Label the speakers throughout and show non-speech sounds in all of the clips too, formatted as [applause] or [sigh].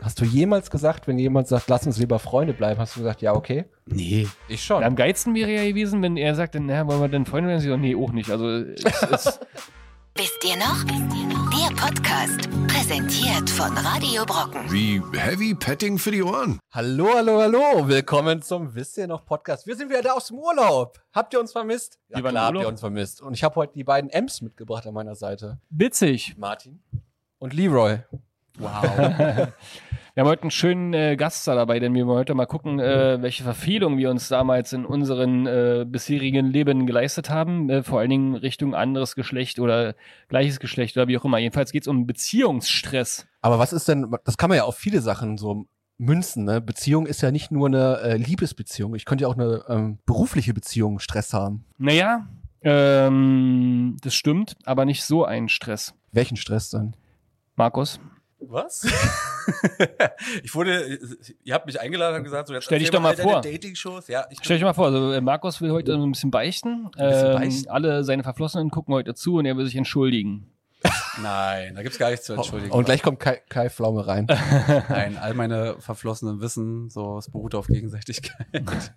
Speaker 1: Hast du jemals gesagt, wenn jemand sagt, lass uns lieber Freunde bleiben, hast du gesagt, ja, okay?
Speaker 2: Nee.
Speaker 1: Ich schon.
Speaker 3: Ja, am geilsten wäre ja gewesen, wenn er sagt, naja, wollen wir denn Freunde werden? Sie sagen, nee, auch nicht. Also, es ist,
Speaker 4: Wisst ihr noch? Der Podcast, präsentiert von Radio Brocken.
Speaker 5: Wie heavy petting for you on?
Speaker 1: Hallo, hallo, hallo. Willkommen zum Wisst ihr noch Podcast. Wir sind wieder da aus dem Urlaub. Habt ihr uns vermisst?
Speaker 3: Wir waren im
Speaker 1: habt
Speaker 3: Urlaub.
Speaker 1: ihr uns vermisst. Und ich habe heute die beiden Ems mitgebracht an meiner Seite.
Speaker 3: witzig.
Speaker 1: Martin und Leroy. Wow.
Speaker 3: Wir haben heute einen schönen äh, Gast da dabei, denn wir wollen heute mal gucken, äh, welche Verfehlungen wir uns damals in unseren äh, bisherigen Leben geleistet haben. Äh, vor allen Dingen Richtung anderes Geschlecht oder gleiches Geschlecht oder wie auch immer. Jedenfalls geht es um Beziehungsstress.
Speaker 1: Aber was ist denn, das kann man ja auf viele Sachen so münzen, ne? Beziehung ist ja nicht nur eine äh, Liebesbeziehung. Ich könnte ja auch eine ähm, berufliche Beziehung Stress haben.
Speaker 3: Naja, ähm, das stimmt, aber nicht so ein Stress.
Speaker 1: Welchen Stress denn?
Speaker 3: Markus, [laughs]
Speaker 2: Was? ich wurde, ihr habt mich eingeladen und gesagt, so jetzt
Speaker 3: Stell dich
Speaker 2: erzähl
Speaker 3: doch mal
Speaker 2: deine
Speaker 3: vor.
Speaker 2: Dating-Shows. Ja, ich
Speaker 3: stell dich mal vor, also, äh, Markus will heute ein bisschen beichten.
Speaker 2: bisschen
Speaker 3: ähm,
Speaker 2: beichten.
Speaker 3: Alle seine Verflossenen gucken heute zu und er will sich entschuldigen.
Speaker 2: Nein, da gibt's gar
Speaker 3: Oh,
Speaker 2: nichts zu entschuldigen.
Speaker 1: Und gleich kommt Kai, Kai Pflaume rein.
Speaker 2: Nein, all meine Verflossenen wissen, so, es beruht auf Gegenseitigkeit. [laughs]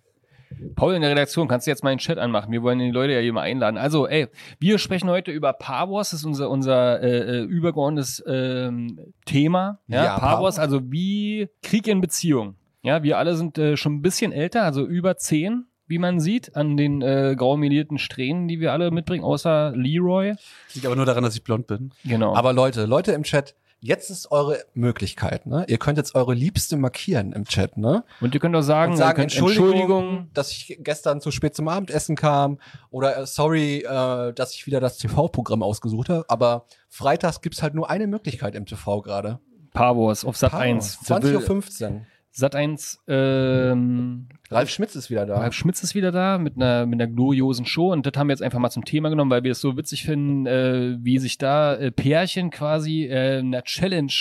Speaker 3: Paul in der Redaktion, kannst du jetzt mal den Chat anmachen? Wir wollen die Leute ja hier mal einladen. Also, ey, wir sprechen heute über Paar Wars, das ist unser, unser äh, äh, übergeordnetes ähm, Thema. Ja,
Speaker 1: Ja,
Speaker 3: Paar
Speaker 1: Paar
Speaker 3: Wars, also wie Krieg in Beziehung. Ja, wir alle sind äh, schon ein bisschen älter, also über zehn, wie man sieht, an den äh, graumelierten Strähnen, die wir alle mitbringen, außer Leroy.
Speaker 2: Liegt aber nur daran, dass ich blond bin.
Speaker 3: Genau.
Speaker 1: Aber Leute, Leute im Chat, jetzt ist eure Möglichkeit, ne? Ihr könnt jetzt eure Liebste markieren im Chat, ne?
Speaker 3: und ihr könnt auch sagen,
Speaker 1: Und
Speaker 3: ihr
Speaker 1: sagen,
Speaker 3: könnt,
Speaker 1: Entschuldigung,
Speaker 3: Entschuldigung
Speaker 1: dass ich gestern zu spät zum Abendessen kam oder äh, sorry, äh, dass ich wieder das TV-Programm ausgesucht habe, aber freitags gibt's halt nur eine Möglichkeit im TV gerade.
Speaker 3: Paar Wars auf Sat 1.
Speaker 1: 20.15 Uhr.
Speaker 3: Sat 1, ähm,
Speaker 1: Ralf Schmitz ist wieder da.
Speaker 3: Ralf Schmitz ist wieder da mit einer, mit einer gloriosen Show und das haben wir jetzt einfach mal zum Thema genommen, weil wir es so witzig finden, äh, wie sich da äh, Pärchen quasi äh, einer Challenge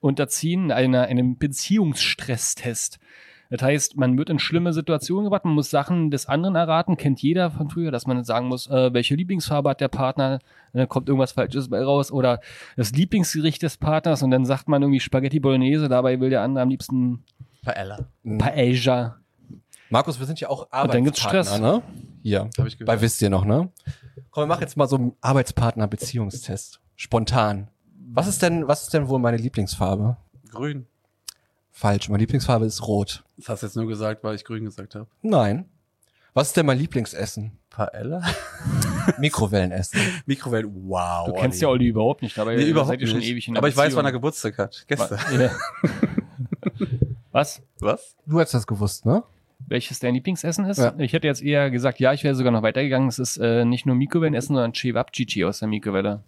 Speaker 3: unterziehen, einer, einem Beziehungsstresstest. Das heißt, man wird in schlimme Situationen gebracht, man muss Sachen des anderen erraten, kennt jeder von früher, dass man sagen muss, äh, welche Lieblingsfarbe hat der Partner, dann kommt irgendwas Falsches bei raus oder das Lieblingsgericht des Partners und dann sagt man irgendwie Spaghetti Bolognese, dabei will der andere am liebsten
Speaker 2: Paella.
Speaker 3: Paella.
Speaker 1: Markus, wir sind ja auch
Speaker 3: Und dann gibt's
Speaker 1: Arbeitspartner,
Speaker 3: Stress.
Speaker 1: ne? Hier,
Speaker 2: Hab ich gehört.
Speaker 1: bei wisst ihr noch, ne? Komm, wir machen jetzt mal so einen Arbeitspartner-Beziehungstest. Spontan. Was ist denn, was ist denn wohl meine Lieblingsfarbe?
Speaker 2: Grün.
Speaker 1: Falsch, meine Lieblingsfarbe ist rot.
Speaker 2: Das hast du jetzt nur gesagt, weil ich grün gesagt habe.
Speaker 1: Nein. Was ist denn mein [laughs] Lieblingsessen?
Speaker 2: Paella?
Speaker 1: Mikrowellenessen.
Speaker 2: [laughs] Mikrowellen, wow.
Speaker 3: Du kennst ja Olli überhaupt nicht, dabei
Speaker 2: Nee, überhaupt
Speaker 3: seid ihr
Speaker 2: nicht.
Speaker 3: schon ewig in der
Speaker 2: aber ich weiß, wann er
Speaker 3: Beziehung.
Speaker 2: Geburtstag hat. Gestern.
Speaker 3: Ja. [laughs] Was?
Speaker 2: Was?
Speaker 1: Du hättest das gewusst, ne?
Speaker 3: Welches dein Lieblingsessen ist?
Speaker 1: Ja.
Speaker 3: Ich hätte jetzt eher gesagt, ja, ich wäre sogar noch weitergegangen. Es ist äh, nicht nur
Speaker 2: Mhm.
Speaker 3: Mikrowellenessen, sondern Cevapcici aus der Mikrowelle.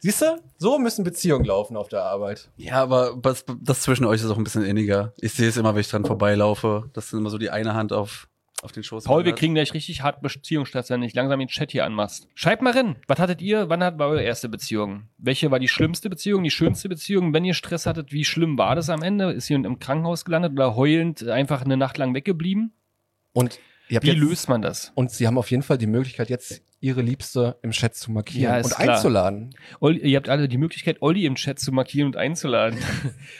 Speaker 1: Siehst du? So müssen Beziehungen laufen auf der Arbeit.
Speaker 2: Ja, aber das, das zwischen euch ist auch ein bisschen inniger. Ich sehe es immer, wenn ich dran vorbeilaufe. Das sind immer so die eine Hand auf, auf den Schoß.
Speaker 3: Paul, wir kriegen gleich richtig hart Beziehungsstress, wenn du nicht langsam den Chat hier anmachst. Schreibt mal rein. Was hattet ihr? Wann hat, war eure erste Beziehung? Welche war die schlimmste Beziehung, die schönste Beziehung? Wenn ihr Stress hattet, wie schlimm war das am Ende? Ist jemand im Krankenhaus gelandet oder heulend einfach eine Nacht lang weggeblieben?
Speaker 1: Und ihr habt
Speaker 3: Wie
Speaker 1: jetzt-
Speaker 3: löst man das?
Speaker 1: Und sie haben auf jeden Fall die Möglichkeit, jetzt ihre Liebste im Chat zu markieren
Speaker 3: Ja, ist
Speaker 1: und
Speaker 3: klar.
Speaker 1: einzuladen.
Speaker 3: Olli, ihr habt alle die Möglichkeit, Olli im Chat zu markieren
Speaker 1: [laughs]
Speaker 3: und einzuladen.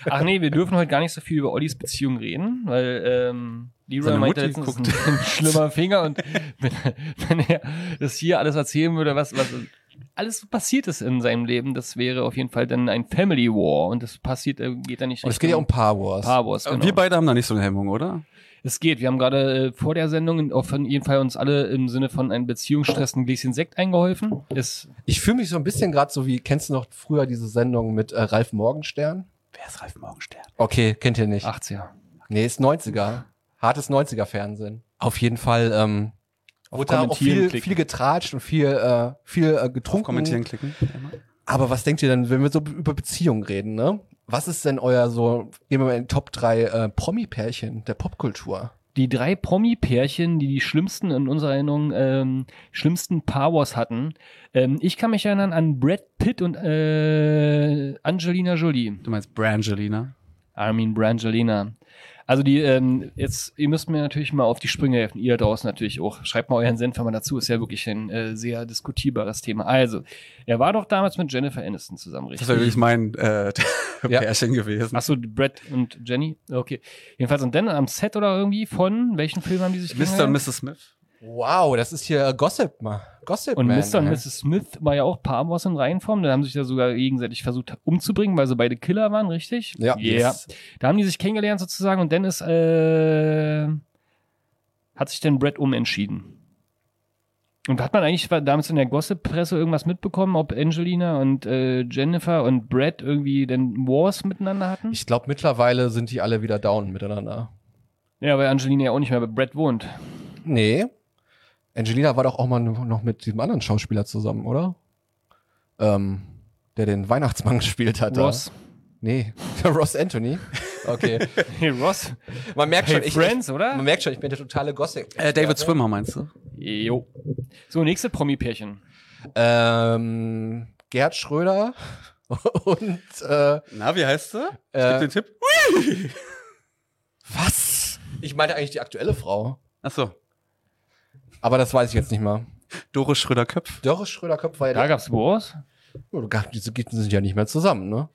Speaker 3: Ach nee, wir dürfen heute gar nicht so viel über Ollis Beziehung reden, weil ähm, Leroy
Speaker 2: Seine
Speaker 3: meinte
Speaker 2: Mutti
Speaker 3: letztens, das ist [laughs] ein schlimmer Finger
Speaker 1: [laughs]
Speaker 3: und wenn, wenn er das hier alles erzählen würde, was, was alles passiert ist in seinem Leben, das wäre auf jeden Fall dann ein Family War und das passiert, äh, geht dann nicht
Speaker 1: Und es geht ja um Paar Wars.
Speaker 3: Paar Wars,
Speaker 2: Aber
Speaker 3: genau.
Speaker 2: Wir beide haben da nicht so eine Hemmung, oder?
Speaker 3: Es geht. Wir haben gerade äh, vor der Sendung auf jeden Fall uns alle im Sinne von einem Beziehungsstress ein Gläschen Sekt eingeholfen. Ist
Speaker 1: Ich fühle mich so ein bisschen gerade so wie, kennst du noch früher diese Sendung mit äh, Ralf Morgenstern?
Speaker 2: Wer ist Ralf Morgenstern?
Speaker 1: Okay, kennt ihr nicht.
Speaker 3: 80er.
Speaker 1: Nee, ist 90er. Hartes 90er-Fernsehen. Auf jeden Fall ähm, wurde da auch
Speaker 3: Kommentieren
Speaker 1: viel,
Speaker 3: klicken.
Speaker 1: viel getratscht und viel, äh, viel äh,
Speaker 2: Auf
Speaker 1: getrunken.
Speaker 2: Kommentieren klicken.
Speaker 1: Aber was denkt ihr denn, wenn wir so über Beziehungen reden, ne? Was ist denn euer so, gehen wir mal in die Top 3 äh, Promi-Pärchen der Popkultur?
Speaker 3: die drei Promi-Pärchen, die die schlimmsten in unserer Erinnerung, ähm, schlimmsten Powers hatten. Ähm, ich kann mich erinnern an Brad Pitt und äh, Angelina Jolie.
Speaker 2: Du meinst Brangelina?
Speaker 3: Armin Brangelina. Also die, ähm, jetzt, ihr müsst mir natürlich mal auf die Sprünge helfen, ihr da draußen natürlich auch. Schreibt mal euren Senf mal dazu, ist ja wirklich ein äh, sehr diskutierbares Thema. Also, er war doch damals mit Jennifer Aniston zusammen,
Speaker 2: Das
Speaker 3: richtig?
Speaker 2: wäre übrigens mein äh, [laughs]
Speaker 1: Ja.
Speaker 2: Pärchen gewesen.
Speaker 3: Achso, Brett und Jenny? Okay. Jedenfalls, und dann am Set oder irgendwie von, welchen Film haben die sich
Speaker 2: Mr. und Mrs. Smith.
Speaker 1: Wow, das ist hier äh, Gossip, Ma- Gossip
Speaker 3: Und
Speaker 1: Man. ne?
Speaker 3: Mr. und Mrs. Smith war ja auch Paar was in Reihenform. Da haben sich ja sogar gegenseitig versucht umzubringen, weil sie beide Killer waren, richtig?
Speaker 1: Ja.
Speaker 3: Yeah.
Speaker 1: Yes.
Speaker 3: Da haben die sich kennengelernt sozusagen und dann ist, äh, hat sich dann Brett umentschieden. Und hat man eigentlich damals in der Gossip-Presse irgendwas mitbekommen, ob Angelina und äh, Jennifer und Brett irgendwie denn Wars miteinander hatten?
Speaker 1: Ich glaube, mittlerweile sind die alle wieder down miteinander.
Speaker 3: ja, weil Angelina ja auch nicht mehr bei Brett wohnt.
Speaker 1: Nee. Angelina war doch auch mal noch mit diesem anderen Schauspieler zusammen, oder? Ähm, der den Weihnachtsmann [laughs] gespielt hat. da.
Speaker 3: Ross. [laughs]
Speaker 1: Nee, [laughs] Ross Anthony. Okay.
Speaker 3: Hey, Ross.
Speaker 1: Man merkt
Speaker 3: Hey,
Speaker 1: schon, ich,
Speaker 3: Friends,
Speaker 1: ich,
Speaker 3: oder?
Speaker 1: Man merkt schon, ich bin der totale Gossip.
Speaker 2: Äh, David Swimmer meinst du?
Speaker 3: Jo. So, nächste Promi-Pärchen.
Speaker 1: Ähm, Gerd Schröder [laughs] und äh,
Speaker 2: Na, wie heißt du?
Speaker 1: Äh,
Speaker 2: Äh, Gib den Tipp.
Speaker 1: was? Ich meinte eigentlich die aktuelle Frau,
Speaker 2: Achso.
Speaker 1: aber das weiß ich jetzt nicht mal.
Speaker 2: Doris Schröder-Köpf.
Speaker 1: Doris Schröder-Köpf war ja
Speaker 3: Da gab's Wars.
Speaker 1: Oh, gar- Diese Gitten sind ja nicht mehr zusammen, ne?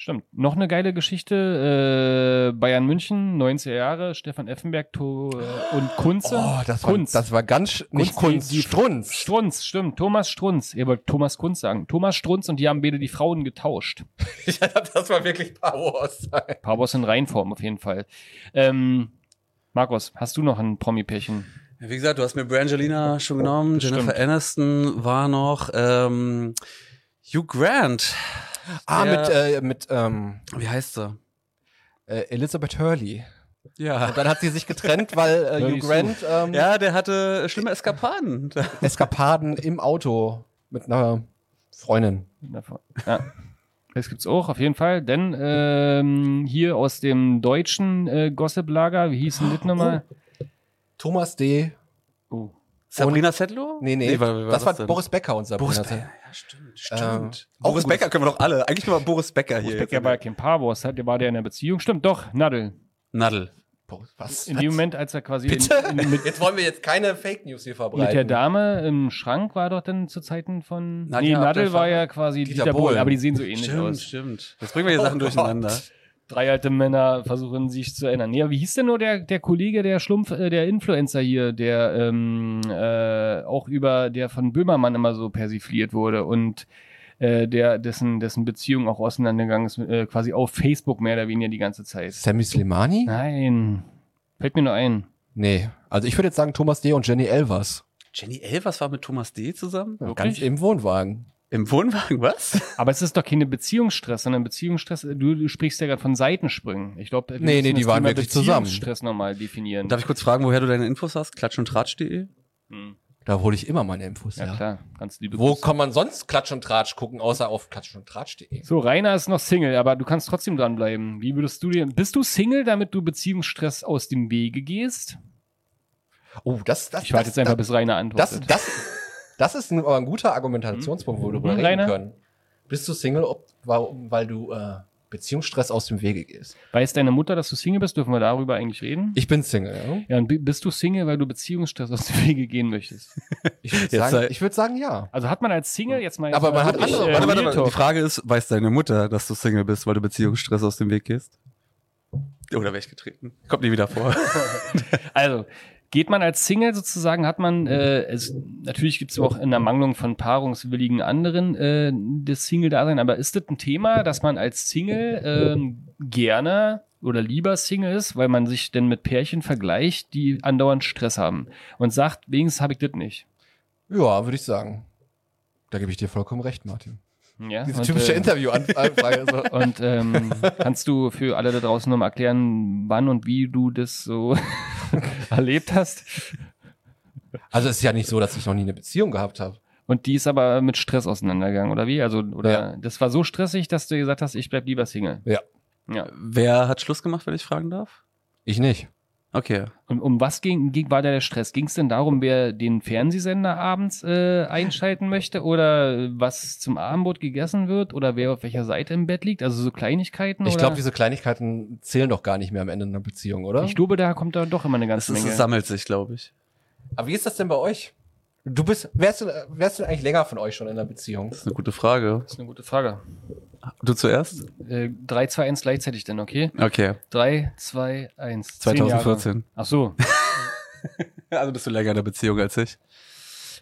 Speaker 3: Stimmt. Noch eine geile Geschichte. Äh, Bayern München, 90er Jahre, Stefan Effenberg to, äh, und Kunze.
Speaker 1: Oh, das war,
Speaker 3: Kunz.
Speaker 1: das war ganz sch- nicht
Speaker 3: Kunz,
Speaker 1: Kunst,
Speaker 3: die- die-
Speaker 1: Strunz.
Speaker 3: Strunz, stimmt. Thomas Strunz. Ihr wollt Thomas Kunz sagen. Thomas Strunz und die haben beide die Frauen getauscht.
Speaker 1: [laughs] das war wirklich Power Wars.
Speaker 3: Parbos in Reinform auf jeden Fall. Ähm, Markus, hast du noch ein Promi-Pärchen?
Speaker 2: Wie gesagt, du hast mir Brangelina schon genommen.
Speaker 3: Stimmt.
Speaker 2: Jennifer Aniston war noch. Ähm, Hugh Grant.
Speaker 1: Ah,
Speaker 2: Ja.
Speaker 1: mit, äh, mit ähm,
Speaker 2: Wie heißt er?
Speaker 1: äh, Elizabeth Hurley.
Speaker 2: Ja.
Speaker 1: Und dann hat sie sich getrennt, weil äh, Hugh
Speaker 3: Hurley Sue.
Speaker 1: Grant ähm,
Speaker 2: Ja, der hatte schlimme Eskapaden.
Speaker 1: Eskapaden im Auto mit einer Freundin.
Speaker 3: Davon. Ja.
Speaker 1: [laughs]
Speaker 3: Das gibt's auch, auf jeden Fall. Denn ähm, hier aus dem deutschen äh, Gossip-Lager, wie hieß denn
Speaker 1: Oh.
Speaker 3: das nochmal?
Speaker 1: Thomas D.
Speaker 3: Oh.
Speaker 2: Sabrina Sedlow?
Speaker 1: Nee, nee.
Speaker 2: wa- wa- was
Speaker 1: das war
Speaker 2: denn?
Speaker 1: Boris Becker und Sabrina.
Speaker 2: Boris Becker. Ja, stimmt. Stimmt.
Speaker 1: auch
Speaker 2: Ähm, Boris
Speaker 1: gut.
Speaker 2: Becker können wir doch alle. Eigentlich nur mal Boris Becker hier.
Speaker 3: Becker war ja kein Paar, Wars, der war der in der Beziehung. Stimmt, doch, Nadel.
Speaker 2: Nadel.
Speaker 1: Boris- Was?
Speaker 3: In dem Moment, als er quasi
Speaker 1: Bitte? [laughs]
Speaker 3: in, in, mit,
Speaker 1: Jetzt wollen wir jetzt keine Fake News hier verbreiten.
Speaker 3: mit der Dame im Schrank war doch dann zu Zeiten von.
Speaker 2: Nadja
Speaker 3: nee, Nadel
Speaker 2: Abdel
Speaker 3: war ja quasi
Speaker 1: Dieter
Speaker 3: Dieter, Bohlen,
Speaker 1: Bohlen.
Speaker 3: aber die sehen so ähnlich
Speaker 2: Stimmt,
Speaker 3: aus.
Speaker 2: stimmt. Jetzt bringen wir hier
Speaker 1: Oh
Speaker 2: Sachen
Speaker 1: Gott.
Speaker 2: durcheinander.
Speaker 3: Drei alte Männer versuchen sich zu erinnern. Ja, wie hieß denn nur der, der Kollege, der Schlumpf, äh, der Influencer hier, der ähm, äh, auch über, der von Böhmermann immer so persifliert wurde und äh, der, dessen, dessen Beziehung auch auseinandergegangen ist, äh, quasi auf Facebook mehr oder weniger die ganze Zeit.
Speaker 1: Sammy Slimani?
Speaker 3: Nein. Fällt mir nur ein.
Speaker 1: Nee. Also ich würde jetzt sagen Thomas D. und Jenny Elvers.
Speaker 2: Jenny Elvers war mit Thomas D. zusammen?
Speaker 1: Ja,
Speaker 3: Wirklich?
Speaker 1: Ganz im Wohnwagen.
Speaker 2: Im Wohnwagen, was?
Speaker 3: Aber es ist doch keine Beziehungsstress, sondern Beziehungsstress, du, du sprichst ja gerade von Seitenspringen. Ich glaube,
Speaker 1: Nee, nee, die waren wirklich zusammen.
Speaker 3: Stress nochmal definieren.
Speaker 2: [laughs] Darf ich kurz fragen, woher du deine Infos hast? Klatsch und E? Tratsch.de?
Speaker 3: Hm.
Speaker 1: Da hole ich immer meine Infos
Speaker 3: Ja,
Speaker 1: her.
Speaker 3: klar, ganz liebe
Speaker 1: Wo
Speaker 3: Grüße.
Speaker 1: kann man sonst Klatsch und Tratsch gucken, außer auf klatsch und tratsch.de?
Speaker 3: So, Rainer ist noch Single, aber du kannst trotzdem dranbleiben. Wie würdest du dir, bist du Single, damit du Beziehungsstress aus dem Wege gehst?
Speaker 1: Oh, das, das,
Speaker 3: Ich warte
Speaker 1: das,
Speaker 3: jetzt einfach,
Speaker 1: das,
Speaker 3: bis Rainer
Speaker 1: das,
Speaker 3: antwortet.
Speaker 1: das, das ist ein, aber ein guter Argumentationspunkt, wo wir drüber
Speaker 3: Mhm,
Speaker 1: reden
Speaker 3: Rainer?
Speaker 1: können. Bist du Single, ob, warum, weil du äh, Beziehungsstress aus dem Wege gehst?
Speaker 3: Weiß deine Mutter, dass du Single bist? Dürfen wir darüber eigentlich reden?
Speaker 1: Ich bin Single. Ja?
Speaker 3: ja, und bi- bist du Single, weil du Beziehungsstress aus dem [laughs] Wege gehen möchtest?
Speaker 1: Ich würde
Speaker 2: Jetzt
Speaker 1: sagen,
Speaker 2: sei-
Speaker 1: ich würd sagen, ja.
Speaker 3: Also hat man als Single jetzt mal.
Speaker 1: Aber
Speaker 3: jetzt mal
Speaker 1: man hat
Speaker 3: wirklich,
Speaker 1: andere-
Speaker 3: äh,
Speaker 2: warte, warte,
Speaker 3: Real
Speaker 2: warte. Die
Speaker 3: Talk.
Speaker 2: Frage ist, weiß deine Mutter, dass du Single bist, weil du Beziehungsstress aus dem Weg gehst? Oder wäre ich getreten? Kommt nie wieder [laughs] vor.
Speaker 3: Also, geht man als Single sozusagen, hat man, äh, es, natürlich gibt es auch in der Mangelung von paarungswilligen anderen äh, das Single-Dasein, aber ist das ein Thema, dass man als Single ähm, gerne oder lieber Single ist, weil man sich denn mit Pärchen vergleicht, die andauernd Stress haben und sagt, wenigstens habe ich das nicht.
Speaker 1: Ja, würde ich sagen. Da gebe ich dir vollkommen recht, Martin.
Speaker 3: Ja?
Speaker 1: Diese
Speaker 3: und,
Speaker 1: typische
Speaker 3: äh, [laughs]
Speaker 1: Interviewanfrage. So.
Speaker 3: Und ähm, kannst du für alle da draußen nochmal erklären, wann und wie du das so [laughs] erlebt hast?
Speaker 1: Also es ist ja nicht so, dass ich noch nie eine Beziehung gehabt habe.
Speaker 3: Und die ist aber mit Stress auseinandergegangen, oder wie? Also, oder
Speaker 1: Ja.
Speaker 3: das war so stressig, dass du gesagt hast, ich bleib lieber Single.
Speaker 1: Ja.
Speaker 3: Ja.
Speaker 2: Wer hat Schluss gemacht, wenn ich fragen darf?
Speaker 1: Ich nicht.
Speaker 2: Okay.
Speaker 3: Und um was ging, ging war da der Stress? Ging es denn darum, wer den Fernsehsender abends äh, einschalten möchte oder was zum Abendbrot gegessen wird oder wer auf welcher Seite im Bett liegt? Also so Kleinigkeiten?
Speaker 1: Ich
Speaker 3: oder?
Speaker 1: glaube, diese Kleinigkeiten zählen doch gar nicht mehr am Ende einer Beziehung, oder?
Speaker 3: ich glaube, da kommt da doch immer eine
Speaker 2: Es,
Speaker 3: ganze
Speaker 2: ist,
Speaker 3: Menge.
Speaker 2: es sammelt sich, glaube ich.
Speaker 1: Aber wie ist das denn bei euch? Du bist, wärst du, wärst du eigentlich länger von euch schon in einer Beziehung?
Speaker 2: Das ist eine gute Frage.
Speaker 3: Das ist eine gute Frage.
Speaker 2: Du zuerst?
Speaker 3: Äh, 3, 2, 1 gleichzeitig denn, okay?
Speaker 2: Okay.
Speaker 3: 3, 2, 1.
Speaker 2: 2014.
Speaker 3: Ach so.
Speaker 2: Also bist du länger in der Beziehung als ich.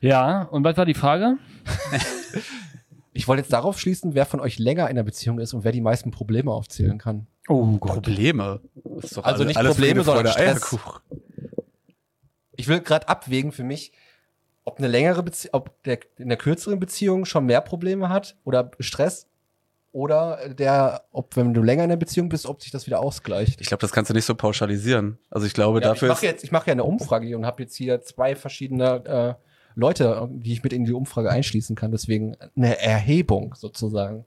Speaker 3: Ja, und was war die Frage?
Speaker 1: Ich wollte jetzt darauf schließen, wer von euch länger in einer Beziehung ist und wer die meisten Probleme aufzählen kann.
Speaker 3: Oh
Speaker 2: Probleme. Ist doch
Speaker 1: Also
Speaker 2: alle-
Speaker 1: nicht
Speaker 2: alles
Speaker 1: Probleme,
Speaker 2: Friede,
Speaker 1: sondern
Speaker 2: Freude,
Speaker 1: Stress.
Speaker 2: Eierkuchen.
Speaker 1: Ich will gerade abwägen für mich, ob eine längere Beziehung, ob der in der kürzeren Beziehung schon mehr Probleme hat oder Stress oder der, ob wenn du länger in einer Beziehung bist, ob sich das wieder ausgleicht.
Speaker 2: Ich glaube, das kannst du nicht so pauschalisieren. Also ich glaube,
Speaker 1: Ja,
Speaker 2: dafür
Speaker 1: ich
Speaker 2: ist,
Speaker 1: mache jetzt, ich mache ja eine Umfrage hier und habe jetzt hier zwei verschiedene äh, Leute, die ich mit in die Umfrage einschließen kann. Deswegen eine Erhebung sozusagen.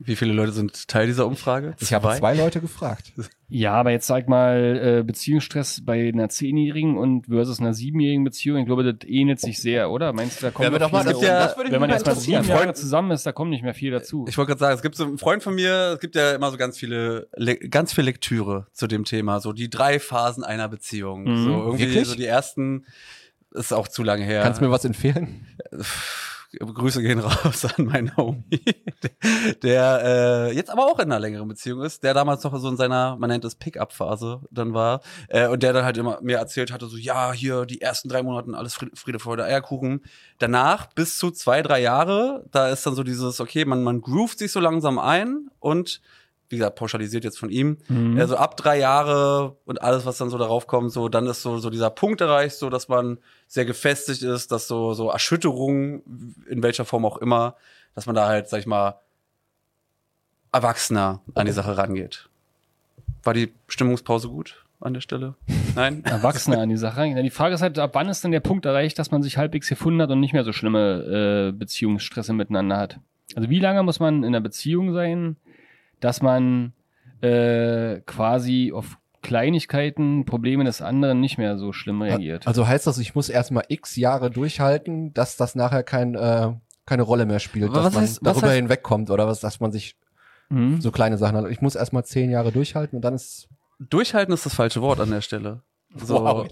Speaker 2: wie viele Leute sind Teil dieser Umfrage?
Speaker 1: Ich habe zwei Leute gefragt.
Speaker 3: Ja, aber jetzt sag mal, äh, Beziehungsstress bei einer Zehnjährigen und versus einer siebenjährigen Beziehung, ich glaube, das ähnelt sich sehr, oder? Meinst du, da kommt
Speaker 1: Wenn wir
Speaker 3: noch
Speaker 1: doch mal-
Speaker 3: viel
Speaker 1: das-
Speaker 3: mehr
Speaker 2: ja-
Speaker 3: um?
Speaker 2: das
Speaker 1: würde mich
Speaker 3: Wenn man
Speaker 1: mal
Speaker 3: erstmal
Speaker 1: interessieren.
Speaker 3: sieben Jahre zusammen ist, da kommt nicht mehr viel dazu.
Speaker 2: Ich wollte gerade sagen, es gibt so einen Freund von mir, es gibt ja immer so ganz viele, le- ganz viel Lektüre zu dem Thema, so die drei Phasen einer Beziehung.
Speaker 3: Mhm.
Speaker 2: So irgendwie
Speaker 1: Wirklich?
Speaker 2: so die ersten, ist auch zu lange her.
Speaker 1: Kannst du mir was empfehlen?
Speaker 2: Pff, Äh, Grüße gehen raus [laughs] an meinen Homie, der äh, jetzt aber auch in einer längeren Beziehung ist, der damals noch so in seiner, man nennt es Pick-up-Phase dann war äh, und der dann halt immer mir erzählt hatte, so ja, hier die ersten drei Monaten alles Friede, Friede Freude, Eierkuchen. Danach bis zu zwei, drei Jahre, da ist dann so dieses, okay, man, man groovt sich so langsam ein und wie gesagt, pauschalisiert jetzt von ihm,
Speaker 3: Mhm.
Speaker 2: also ab drei Jahre und alles, was dann so darauf kommt, so dann ist so, so dieser Punkt erreicht, so dass man sehr gefestigt ist, dass so, so Erschütterungen, in welcher Form auch immer, dass man da halt, sag ich mal, erwachsener an die Sache rangeht. War die Stimmungspause gut an der Stelle? Nein?
Speaker 3: Erwachsene an die Sache rein. Die Frage ist halt, ab wann ist denn der Punkt erreicht, dass man sich halbwegs gefunden hat und nicht mehr so schlimme äh, Beziehungsstresse miteinander hat? Also wie lange muss man in einer Beziehung sein, dass man äh, quasi auf Kleinigkeiten, Probleme des anderen nicht mehr so schlimm reagiert?
Speaker 1: Also heißt das, ich muss erstmal x Jahre durchhalten, dass das nachher kein, äh, keine Rolle mehr spielt,
Speaker 2: Aber was
Speaker 1: dass man
Speaker 2: heißt- was
Speaker 1: darüber
Speaker 2: heißt-
Speaker 1: hinwegkommt oder was, dass man sich
Speaker 3: Mhm.
Speaker 1: so kleine Sachen hat. Ich muss erstmal zehn Jahre durchhalten und dann ist
Speaker 2: Durchhalten ist das falsche Wort an der Stelle. So.
Speaker 1: Wow.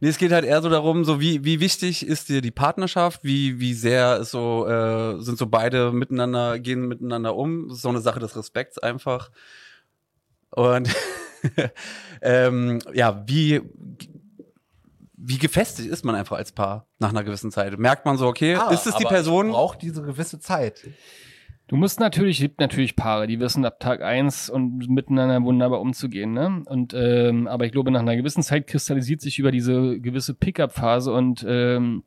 Speaker 2: Nee, es geht halt eher so darum, so wie, wie wichtig ist dir die Partnerschaft, wie, wie sehr ist so, äh, sind so beide miteinander, gehen miteinander um. Das ist so eine Sache des Respekts einfach. Und [laughs] ähm, ja, wie, wie gefestigt ist man einfach als Paar nach einer gewissen Zeit? Merkt man so, okay,
Speaker 1: Ah,
Speaker 2: ist es die
Speaker 1: aber
Speaker 2: Person?
Speaker 1: ich brauch diese gewisse Zeit.
Speaker 3: Du musst natürlich, es gibt natürlich Paare, die wissen ab Tag eins und miteinander wunderbar umzugehen, ne? Und ähm, aber ich glaube, nach einer gewissen Zeit kristallisiert sich über diese gewisse Pickup-Phase und ähm,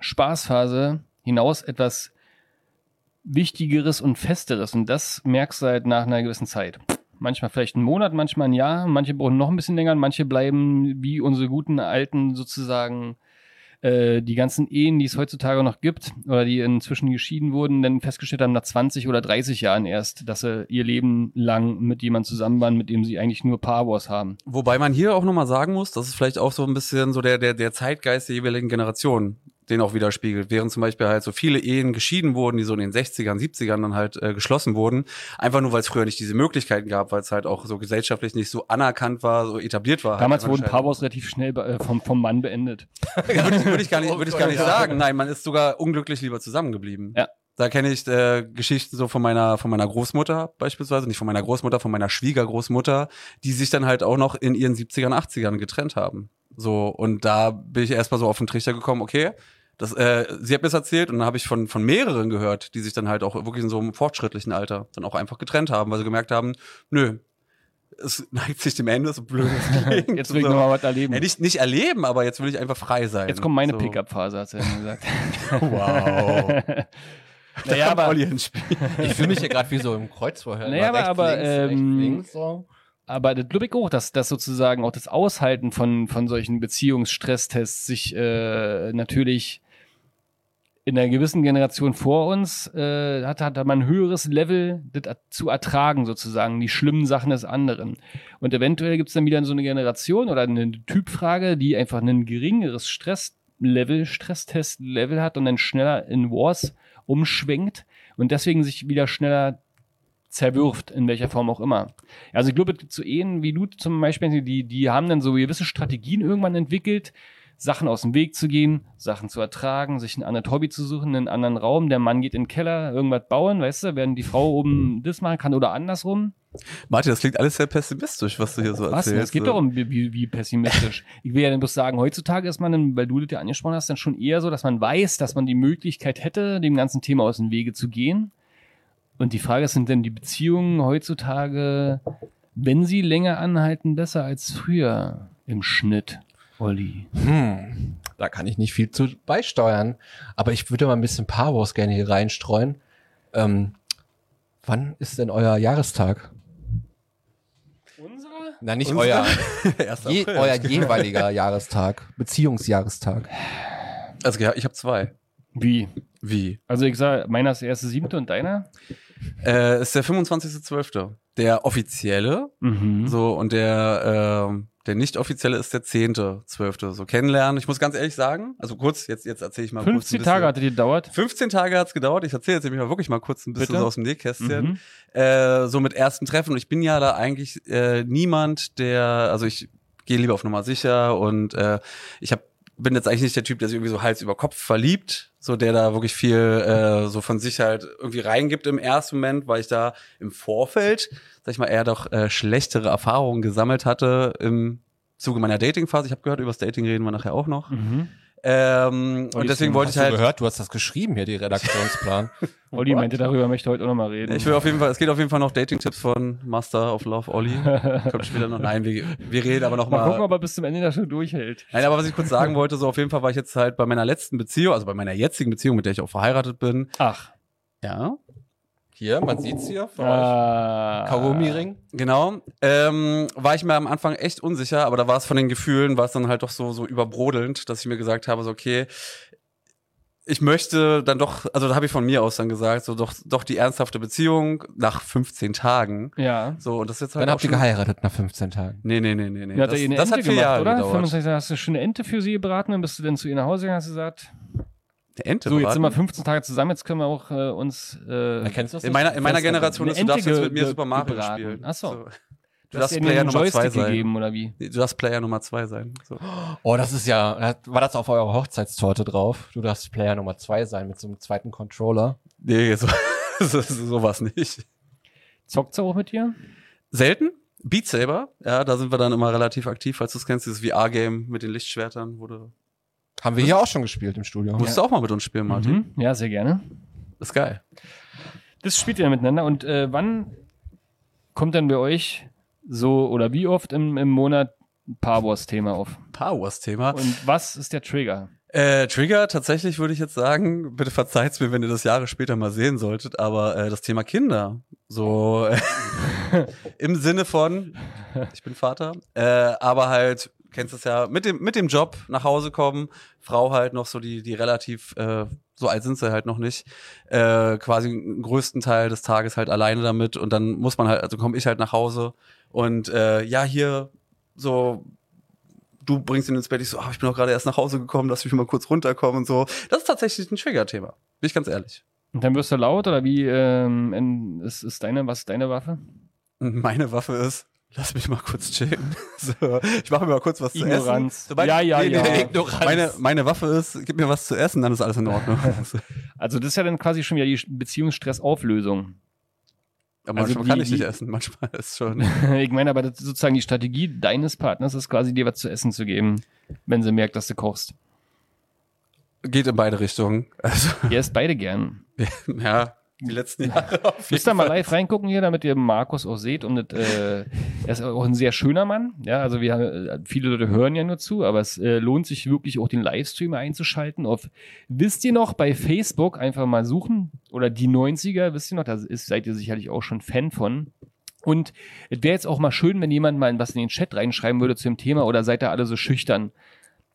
Speaker 3: Spaßphase hinaus etwas Wichtigeres und Festeres. Und das merkst du halt nach einer gewissen Zeit. Manchmal vielleicht einen Monat, manchmal ein Jahr, manche brauchen noch ein bisschen länger und manche bleiben wie unsere guten alten sozusagen äh, die ganzen Ehen, die es heutzutage noch gibt oder die inzwischen geschieden wurden, dann festgestellt haben nach 20 oder 30 Jahren erst, dass sie ihr Leben lang mit jemandem zusammen waren, mit dem sie eigentlich nur Paar Wars haben.
Speaker 2: Wobei man hier auch nochmal sagen muss, das ist vielleicht auch so ein bisschen so der, der, der Zeitgeist der jeweiligen Generation, den auch widerspiegelt. Während zum Beispiel halt so viele Ehen geschieden wurden, die so in den 60ern, 70ern dann halt äh, geschlossen wurden, einfach nur weil es früher nicht diese Möglichkeiten gab, weil es halt auch so gesellschaftlich nicht so anerkannt war, so etabliert war.
Speaker 3: Damals
Speaker 2: halt
Speaker 3: wurden
Speaker 2: Scheidung.
Speaker 3: Paar Wars relativ schnell be- äh, vom, vom Mann beendet.
Speaker 2: [laughs] Würde, würde ich gar nicht, würde ich gar nicht
Speaker 1: Ja.
Speaker 2: sagen. Nein, man ist sogar unglücklich lieber zusammengeblieben.
Speaker 3: Ja.
Speaker 2: Da kenne ich äh, Geschichten so von meiner von meiner Großmutter beispielsweise, nicht von meiner Großmutter, von meiner Schwiegergroßmutter, die sich dann halt auch noch in ihren 70ern, 80ern getrennt haben. So und da bin ich erstmal so auf den Trichter gekommen, okay, das äh, sie hat mir das erzählt und dann habe ich von von mehreren gehört, die sich dann halt auch wirklich in so einem fortschrittlichen Alter dann auch einfach getrennt haben, weil sie gemerkt haben, nö, es [laughs] neigt sich dem Ende, so blöd
Speaker 3: [laughs]
Speaker 2: es klingt.
Speaker 3: Jetzt will ich
Speaker 2: so.
Speaker 3: nochmal was erleben.
Speaker 2: Ja, nicht, nicht erleben, aber jetzt will ich einfach frei sein.
Speaker 3: Jetzt kommt meine
Speaker 2: so.
Speaker 3: Pickup-Phase, hat sie dann gesagt.
Speaker 2: Wow.
Speaker 3: [laughs] naja, aber,
Speaker 2: Olli
Speaker 3: [laughs]
Speaker 2: ins Spiel.
Speaker 1: Ich fühle mich hier gerade wie so im Kreuzverhör.
Speaker 3: Naja,
Speaker 1: Mal
Speaker 3: aber- aber, ähm,
Speaker 1: links, so.
Speaker 3: aber das glaube ich auch, dass das sozusagen auch das Aushalten von, von solchen Beziehungsstresstests sich äh, natürlich in einer gewissen Generation vor uns äh, hat, hat man ein höheres Level, das a- zu ertragen, sozusagen, die schlimmen Sachen des anderen. Und eventuell gibt es dann wieder so eine Generation oder eine Typfrage, die einfach ein geringeres Stresslevel, Stresstestlevel hat und dann schneller in Wars umschwenkt und deswegen sich wieder schneller zerwirft, in welcher Form auch immer. Also ich glaube, es gibt so Ehen wie du zum Beispiel, die, die haben dann so gewisse Strategien irgendwann entwickelt, Sachen aus dem Weg zu gehen, Sachen zu ertragen, sich ein anderes Hobby zu suchen, einen anderen Raum. Der Mann geht in den Keller, irgendwas bauen, weißt du, während die Frau oben das machen kann oder andersrum.
Speaker 2: Martin, das klingt alles sehr pessimistisch, was du hier so
Speaker 3: Was?
Speaker 2: erzählst.
Speaker 3: Es geht doch um wie, wie- wie
Speaker 2: [laughs]
Speaker 3: pessimistisch. ich will ja dann bloß sagen, heutzutage ist man, dann, weil du das ja angesprochen hast, dann schon eher so, dass man weiß, dass man die Möglichkeit hätte, dem ganzen Thema aus dem Wege zu gehen. Und die Frage ist, sind denn die Beziehungen heutzutage, wenn sie länger anhalten, besser als früher im Schnitt, Olli?
Speaker 1: Hm, da kann ich nicht viel zu beisteuern. Aber ich würde mal ein bisschen Power Wars gerne hier reinstreuen. Ähm, wann ist denn euer Jahrestag?
Speaker 3: Unsere?
Speaker 1: Na, nicht
Speaker 2: Unser? [laughs]
Speaker 1: euer.
Speaker 2: Erster
Speaker 1: Je,
Speaker 2: April.
Speaker 1: euer jeweiliger [laughs] Jahrestag. Beziehungsjahrestag.
Speaker 2: Also ja, ich habe zwei.
Speaker 3: Wie?
Speaker 2: Wie?
Speaker 3: Also ich sage, meiner ist der erste siebte und deiner?
Speaker 2: Äh, ist der 25.12. Der offizielle,
Speaker 3: Mhm.
Speaker 2: so und der ähm, der nicht offizielle ist der 10.12. So kennenlernen. Ich muss ganz ehrlich sagen, also kurz, jetzt jetzt erzähle ich mal kurz. ein
Speaker 3: 15
Speaker 2: bisschen.
Speaker 3: Tage hatte die gedauert.
Speaker 2: 15 Tage hat's gedauert. Ich erzähle jetzt nämlich mal wirklich mal kurz ein bisschen
Speaker 3: Bitte?
Speaker 2: so aus dem Nähkästchen.
Speaker 3: Mhm.
Speaker 2: äh, so mit ersten Treffen. Und ich bin ja da eigentlich äh, niemand, der, also ich gehe lieber auf Nummer sicher und äh, ich hab, bin jetzt eigentlich nicht der Typ, der sich irgendwie so Hals über Kopf verliebt, so der da wirklich viel äh, so von sich halt irgendwie reingibt im ersten Moment, weil ich da im Vorfeld, sag ich mal, eher doch äh, schlechtere Erfahrungen gesammelt hatte im Zuge meiner Dating-Phase. Ich habe gehört, über das Dating reden wir nachher auch noch.
Speaker 3: Mhm.
Speaker 2: Ähm,
Speaker 1: Olli,
Speaker 2: und deswegen
Speaker 1: hast
Speaker 2: wollte ich
Speaker 1: du
Speaker 2: halt.
Speaker 1: gehört, du hast das geschrieben hier, die Redaktionsplan.
Speaker 3: Olli
Speaker 2: What?
Speaker 3: meinte, darüber möchte heute auch nochmal reden.
Speaker 2: Oh Ich will auf jeden Fall, es geht auf jeden Fall noch Dating-Tipps von Master of Love
Speaker 1: [laughs]
Speaker 2: Olli.
Speaker 3: [laughs]
Speaker 2: Kommt später noch. Nein, wir, wir reden aber noch
Speaker 3: mal gucken,
Speaker 2: mal.
Speaker 3: ob er bis zum Ende der Show durchhält.
Speaker 2: Nein, aber was ich kurz sagen wollte, so auf jeden Fall war ich jetzt halt bei meiner letzten Beziehung, also bei meiner jetzigen Beziehung, mit der ich auch verheiratet bin.
Speaker 3: Ach.
Speaker 2: Ja.
Speaker 1: [laughs] hier, man sieht's hier [laughs] von euch.
Speaker 3: Ah.
Speaker 1: Karomi-Ring.
Speaker 2: Genau. Ähm, war ich mir am Anfang echt unsicher, aber da war es von den Gefühlen, war es dann halt doch so, so überbrodelnd, dass ich mir gesagt habe, so, okay, ich möchte dann doch, also da habe ich von mir aus dann gesagt, so doch, doch die ernsthafte Beziehung nach 15 Tagen.
Speaker 3: Ja.
Speaker 2: So, und das ist jetzt halt
Speaker 1: Dann
Speaker 2: auch
Speaker 1: habt ihr
Speaker 2: schon-
Speaker 1: geheiratet nach 15 Tagen.
Speaker 2: Nee, nee, nee, nee, nee.
Speaker 3: Ja, hat er ihr eine Ente gemacht, oder?
Speaker 2: gedauert.
Speaker 3: 25 hast du schon eine Ente für sie gebraten, dann bist du dann zu ihr nach Hause gegangen, hast gesagt,
Speaker 2: Eine Ente
Speaker 3: so, jetzt
Speaker 2: braten?
Speaker 3: sind wir 15 Tage zusammen, jetzt können wir auch äh, uns äh, du
Speaker 1: Erkennst du das
Speaker 2: in meiner, in meiner
Speaker 1: Fest-
Speaker 2: Generation
Speaker 3: eine
Speaker 2: ist, du darfst
Speaker 3: Ente
Speaker 2: jetzt mit mir
Speaker 3: ge-
Speaker 2: Super Mario
Speaker 3: gebraten.
Speaker 2: spielen.
Speaker 3: Ach so.
Speaker 2: Du darfst
Speaker 3: ihr
Speaker 2: Player
Speaker 3: einen
Speaker 2: Nummer zwei
Speaker 3: Joystick
Speaker 2: sein.
Speaker 3: gegeben, oder wie?
Speaker 2: Du darfst Player Nummer zwei sein. So.
Speaker 1: Oh, das ist ja, war das auf eurer Hochzeitstorte drauf? Du darfst Player Nummer 2 sein mit so einem zweiten Controller.
Speaker 2: Nee, [laughs] so, so, sowas nicht.
Speaker 3: Zockt sie auch mit dir?
Speaker 2: Selten. Beat Saber, ja, da sind wir dann immer relativ aktiv, falls du es kennst, dieses VR-Game mit den Lichtschwertern, wo du.
Speaker 1: Haben wir hier auch schon gespielt im Studio.
Speaker 2: Musst du auch mal mit uns spielen, Martin.
Speaker 3: Mhm. Ja, sehr gerne.
Speaker 2: Ist geil.
Speaker 3: Das spielt ihr dann miteinander und äh, wann kommt dann bei euch so oder wie oft im, im Monat ein Paar Wars Thema auf?
Speaker 2: Power Wars Thema.
Speaker 3: Und was ist der Trigger?
Speaker 2: Äh, Trigger, tatsächlich würde ich jetzt sagen, bitte verzeiht's mir, wenn ihr das Jahre später mal sehen solltet, aber äh, das Thema Kinder, so äh, [laughs] im Sinne von, ich bin Vater, äh, aber halt, kennst es ja, mit dem, mit dem Job nach Hause kommen, Frau halt noch so die, die relativ, äh, so alt sind sie halt noch nicht, äh, quasi den größten Teil des Tages halt alleine damit und dann muss man halt, also komme ich halt nach Hause und äh, ja, hier so du bringst ihn ins Bett, ich so, ah, ich bin auch gerade erst nach Hause gekommen, lass mich mal kurz runterkommen und so. Das ist tatsächlich ein Trigger-Thema, bin ich ganz ehrlich.
Speaker 3: Und dann wirst du laut oder wie ähm, in, ist, ist deine, was ist deine Waffe?
Speaker 2: Und meine Waffe ist, lass mich mal kurz chillen. [laughs] so, ich mache mir mal kurz was zu essen.
Speaker 3: Ignoranz.
Speaker 2: Sobald-
Speaker 3: ja, ja, ja.
Speaker 1: Ignoranz.
Speaker 2: Meine, meine Waffe ist, gib mir was zu essen, dann ist alles
Speaker 3: [laughs]
Speaker 2: in Ordnung.
Speaker 3: Also das ist ja dann quasi schon wieder die Beziehungsstressauflösung. [laughs]
Speaker 2: Aber
Speaker 3: Also
Speaker 2: manchmal
Speaker 3: die-
Speaker 2: kann ich
Speaker 3: die-
Speaker 2: nicht essen, manchmal ist schon.
Speaker 3: ich meine aber das ist sozusagen die Strategie deines Partners ist quasi dir was zu essen zu geben, wenn sie merkt, dass du kochst.
Speaker 2: Geht in beide Richtungen. Also, [laughs]
Speaker 3: Ihr esst beide gern.
Speaker 2: ja, die letzten Jahre. auf
Speaker 3: Müsst
Speaker 2: jeden
Speaker 3: ihr mal
Speaker 2: Fall.
Speaker 3: live reingucken hier, damit ihr Markus auch seht. Und das, äh, er ist auch ein sehr schöner Mann. Ja, also wir haben, äh, viele Leute hören ja nur zu, aber es äh, lohnt sich wirklich auch den Livestream einzuschalten. Auf wisst ihr noch bei Facebook einfach mal suchen oder die 90er, wisst ihr noch, da ist, seid ihr sicherlich auch schon Fan von. Und es wäre jetzt auch mal schön, wenn jemand mal was in den Chat reinschreiben würde zu dem Thema oder seid ihr alle so schüchtern?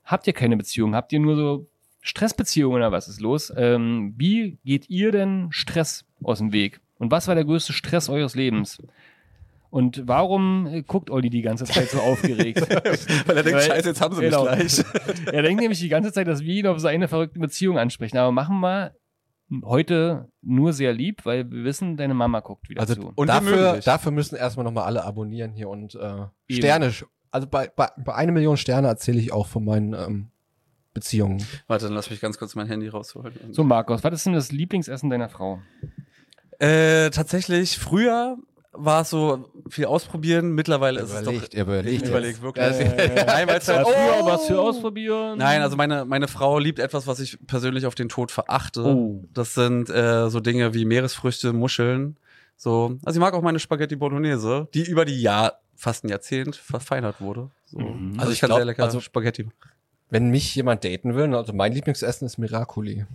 Speaker 3: Habt ihr keine Beziehung? Habt ihr nur so Stressbeziehung oder was ist los? Ähm, wie geht ihr denn Stress aus dem Weg? Und was war der größte Stress eures Lebens? Und warum äh, guckt Olli die ganze Zeit
Speaker 2: [laughs]
Speaker 3: so aufgeregt?
Speaker 2: Weil er denkt,
Speaker 3: Weil-
Speaker 2: scheiße, jetzt haben sie mich
Speaker 3: Genau.
Speaker 2: gleich.
Speaker 3: [laughs] er denkt nämlich die ganze Zeit, dass wir ihn auf seine verrückte Beziehung ansprechen. Aber machen wir heute nur sehr lieb, weil wir wissen, deine Mama guckt wieder
Speaker 1: Also
Speaker 3: zu.
Speaker 2: und
Speaker 1: dafür,
Speaker 2: unmöglich.
Speaker 1: dafür müssen erstmal nochmal alle abonnieren hier und äh, Sterne. sch- Also bei, bei, bei einer Million Sterne erzähle ich auch von meinen ähm, Beziehungen.
Speaker 2: Warte, dann lass mich ganz kurz mein Handy rausholen.
Speaker 3: So, Markus, was ist denn das Lieblingsessen deiner Frau?
Speaker 2: Äh, tatsächlich, früher war es so viel ausprobieren, mittlerweile ist es doch.
Speaker 1: überlegt.
Speaker 2: Ich überleg wirklich.
Speaker 1: Das-
Speaker 2: Nein, weil's halt,
Speaker 3: Früher
Speaker 2: oh!
Speaker 3: was für ausprobieren?
Speaker 2: Nein, also meine, meine Frau liebt etwas, was ich persönlich auf den Tod verachte.
Speaker 3: Oh.
Speaker 2: Das sind äh, so Dinge wie Meeresfrüchte, Muscheln. So. Also ich mag auch meine Spaghetti Bolognese, die über die Jahr, fast ein Jahrzehnt verfeinert wurde. So.
Speaker 3: Mhm.
Speaker 2: Also,
Speaker 1: Also
Speaker 2: ich
Speaker 1: ich
Speaker 2: kann
Speaker 1: glaub,
Speaker 2: sehr lecker
Speaker 1: also-
Speaker 2: Spaghetti machen.
Speaker 1: Wenn mich jemand daten will, also mein Lieblingsessen ist Miracoli.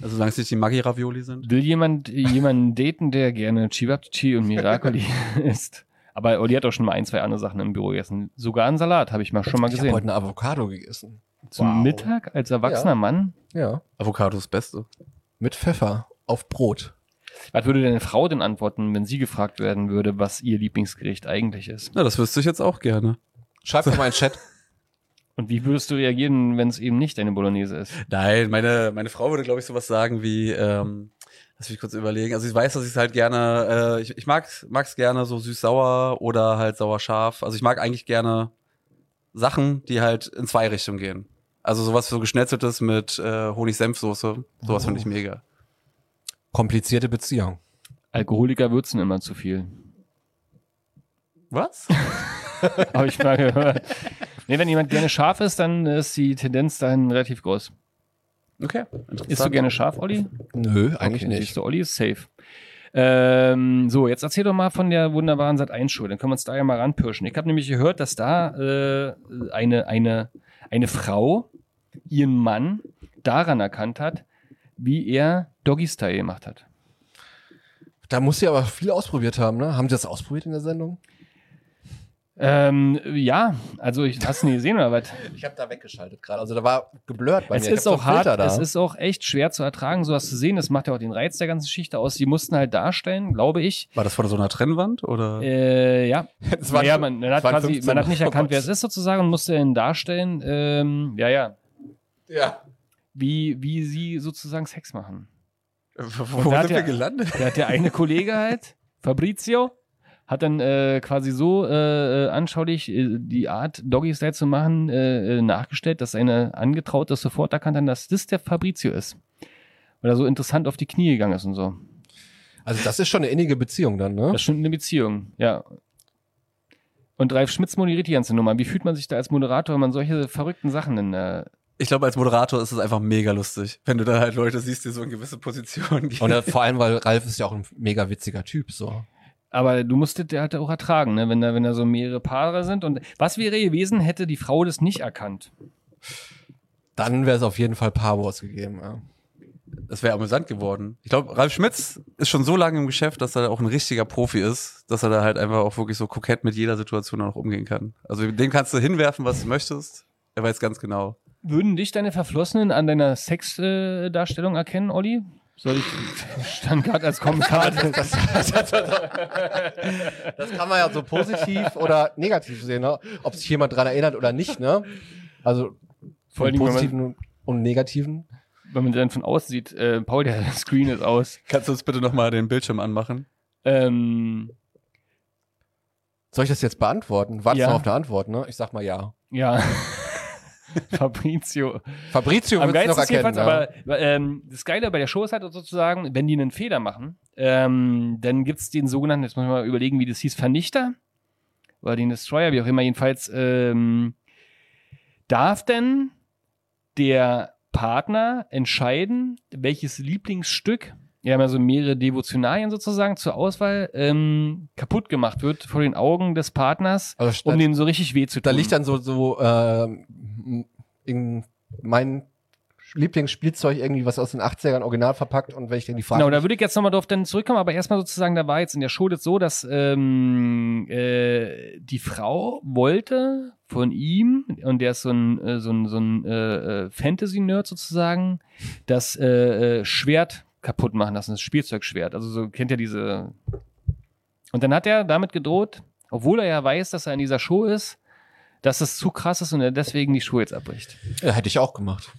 Speaker 2: Also solange es nicht die Maggi-Ravioli sind.
Speaker 3: Will jemand jemanden daten, der gerne Chivapchichi
Speaker 1: [laughs]
Speaker 3: und Miracoli isst? Aber Olli hat auch schon mal ein, zwei andere Sachen im Büro gegessen. Sogar einen Salat habe ich mal schon mal
Speaker 1: Ich habe heute
Speaker 3: gesehen.
Speaker 1: eine Avocado gegessen.
Speaker 3: Zum
Speaker 1: Wow.
Speaker 3: Mittag als erwachsener
Speaker 1: Ja.
Speaker 3: Mann.
Speaker 1: Ja.
Speaker 2: Avocado ist das Beste.
Speaker 1: Mit Pfeffer auf Brot.
Speaker 3: Was würde deine Frau denn antworten, wenn sie gefragt werden würde, was ihr Lieblingsgericht eigentlich ist?
Speaker 2: Na, das wüsste ich jetzt auch gerne.
Speaker 1: Schreib doch mal in den Chat.
Speaker 3: Und wie würdest du reagieren, wenn es eben nicht deine Bolognese ist?
Speaker 2: Nein, meine, meine Frau würde, glaube ich, sowas sagen wie, ähm, lass mich kurz überlegen. Also ich weiß, dass ich es halt gerne, äh, ich, ich mag's, mag's gerne so süß-sauer oder halt sauer-scharf. Also ich mag eigentlich gerne Sachen, die halt in zwei Richtungen gehen. Also sowas so geschnetzeltes mit äh, Honig-Senf-Soße, sowas
Speaker 1: Oh.
Speaker 2: finde ich mega.
Speaker 1: [laughs] Komplizierte Beziehung.
Speaker 3: Alkoholiker würzen immer zu
Speaker 1: [laughs]
Speaker 3: viel.
Speaker 2: Was?
Speaker 3: Habe ich mal gehört. Nee, wenn jemand gerne scharf ist, dann ist die Tendenz dahin relativ groß.
Speaker 2: Okay.
Speaker 3: Isst du
Speaker 2: interessant.
Speaker 3: gerne scharf, Olli?
Speaker 1: Nö, eigentlich
Speaker 3: okay,
Speaker 1: nicht.
Speaker 3: Siehst du, Olli ist safe. Ähm, so, jetzt erzähl doch mal von der wunderbaren Sat 1 Show. Dann können wir uns da ja mal ranpirschen. Ich habe nämlich gehört, dass da äh, eine, eine, eine Frau ihren Mann daran erkannt hat, wie er Doggy Style gemacht hat.
Speaker 1: Da muss sie aber viel ausprobiert haben, ne? Haben sie das ausprobiert in der Sendung?
Speaker 3: Ähm, ja, also ich hast du nie gesehen oder was?
Speaker 1: Ich habe da weggeschaltet gerade. Also da war geblurrt [laughs] bei
Speaker 3: es
Speaker 1: mir. Ich
Speaker 3: ist
Speaker 1: hab so
Speaker 3: auch
Speaker 1: einen
Speaker 3: hart,
Speaker 1: Filter Da.
Speaker 3: es ist auch echt schwer zu ertragen, sowas zu sehen. Das macht ja auch den Reiz der ganzen Geschichte aus. Die mussten halt darstellen, glaube ich.
Speaker 2: War das vor so einer Trennwand oder?
Speaker 3: Äh, ja,
Speaker 1: Es waren-
Speaker 3: ja, man, man, hat
Speaker 1: es waren
Speaker 3: quasi,
Speaker 1: 15
Speaker 3: man hat nicht
Speaker 1: Euro.
Speaker 3: erkannt, wer es ist sozusagen und musste ihn darstellen, ähm, ja, ja,
Speaker 1: Ja.
Speaker 3: wie, wie sie sozusagen Sex machen.
Speaker 2: Wo
Speaker 3: da hat
Speaker 2: sind wir
Speaker 3: ja-
Speaker 2: gelandet?
Speaker 3: Der hat der eine Kollege halt, Fabrizio, hat dann äh, quasi so äh, äh, anschaulich äh, die Art, Doggy-Style zu machen, äh, äh, nachgestellt, dass seine Angetraute das sofort erkannt hat, dass das der Fabrizio ist. Weil er so interessant auf die Knie gegangen ist und so.
Speaker 1: Also das ist schon eine innige Beziehung dann, ne?
Speaker 3: Das stimmt eine Beziehung, ja. Und Ralf Schmitz moderiert die ganze Nummer. Wie fühlt man sich da als Moderator, wenn man solche verrückten Sachen in der
Speaker 2: Ich glaube, als Moderator ist es einfach mega lustig, wenn du da halt Leute siehst, die so in gewisse Positionen gehen.
Speaker 1: Und äh, vor allem, weil Ralf ist ja auch ein mega witziger Typ, so.
Speaker 3: Aber du musstet der halt auch ertragen, ne? wenn, da, wenn da so mehrere Paare sind. Und was wäre gewesen, hätte die Frau das nicht erkannt?
Speaker 1: Dann wäre es auf jeden Fall Paar Wars gegeben, ja.
Speaker 2: Das wäre amüsant geworden. Ich glaube, Ralf Schmitz ist schon so lange im Geschäft, dass er auch ein richtiger Profi ist, dass er da halt einfach auch wirklich so kokett mit jeder Situation auch noch umgehen kann. Also dem kannst du hinwerfen, was du möchtest. Er weiß ganz genau.
Speaker 3: Würden dich deine Verflossenen an deiner Sexdarstellung äh, Darstellung erkennen, Olli? Soll ich [laughs] stand gerade als Kommentar.
Speaker 1: Das kann man ja so positiv oder negativ sehen, ne? ob sich jemand dran erinnert oder nicht. Ne? Also von
Speaker 3: Vor allen Dingen, wenn man-
Speaker 1: positiven und negativen.
Speaker 3: Wenn man dann von außen sieht, äh, Paul, der [laughs] Screen ist aus.
Speaker 2: Kannst du uns bitte nochmal den Bildschirm anmachen?
Speaker 3: Ähm,
Speaker 1: Soll ich das jetzt beantworten? Wartest
Speaker 3: Ja.
Speaker 1: noch auf eine Antwort, ne? Ich sag mal ja.
Speaker 3: ja. [laughs] Fabrizio.
Speaker 1: Fabrizio
Speaker 3: Am
Speaker 1: wird es noch
Speaker 3: geilsten ist
Speaker 1: erkennen. ne?
Speaker 3: jedenfalls,
Speaker 1: Ja.
Speaker 3: aber ähm, das Geile bei der Show ist halt sozusagen, wenn die einen Fehler machen, ähm, dann gibt es den sogenannten, jetzt muss ich mal überlegen, wie das hieß, Vernichter oder den Destroyer, wie auch immer, jedenfalls, ähm, darf denn der Partner entscheiden, welches Lieblingsstück, wir haben ja so mehrere Devotionalien sozusagen zur Auswahl, ähm, kaputt gemacht wird vor den Augen des Partners,
Speaker 1: Also
Speaker 3: um
Speaker 1: da,
Speaker 3: dem so richtig weh zu tun.
Speaker 1: da liegt dann so, so ähm, in mein Lieblingsspielzeug irgendwie was aus den 80ern original verpackt und wenn ich dann die Frage
Speaker 3: Genau, da würde ich jetzt nochmal darauf dann zurückkommen, aber erstmal sozusagen, da war jetzt in der Schule so, dass ähm, äh, die Frau wollte von ihm, und der ist so ein, äh, so ein, so ein äh, äh, Fantasy-Nerd sozusagen, das äh, äh, Schwert kaputt machen lassen, das Spielzeugschwert. Also so kennt ihr diese. Und dann hat er damit gedroht, obwohl er ja weiß, dass er in dieser Show ist, dass es zu krass ist und er deswegen die Schuhe jetzt abbricht.
Speaker 1: ja, hätte ich auch gemacht.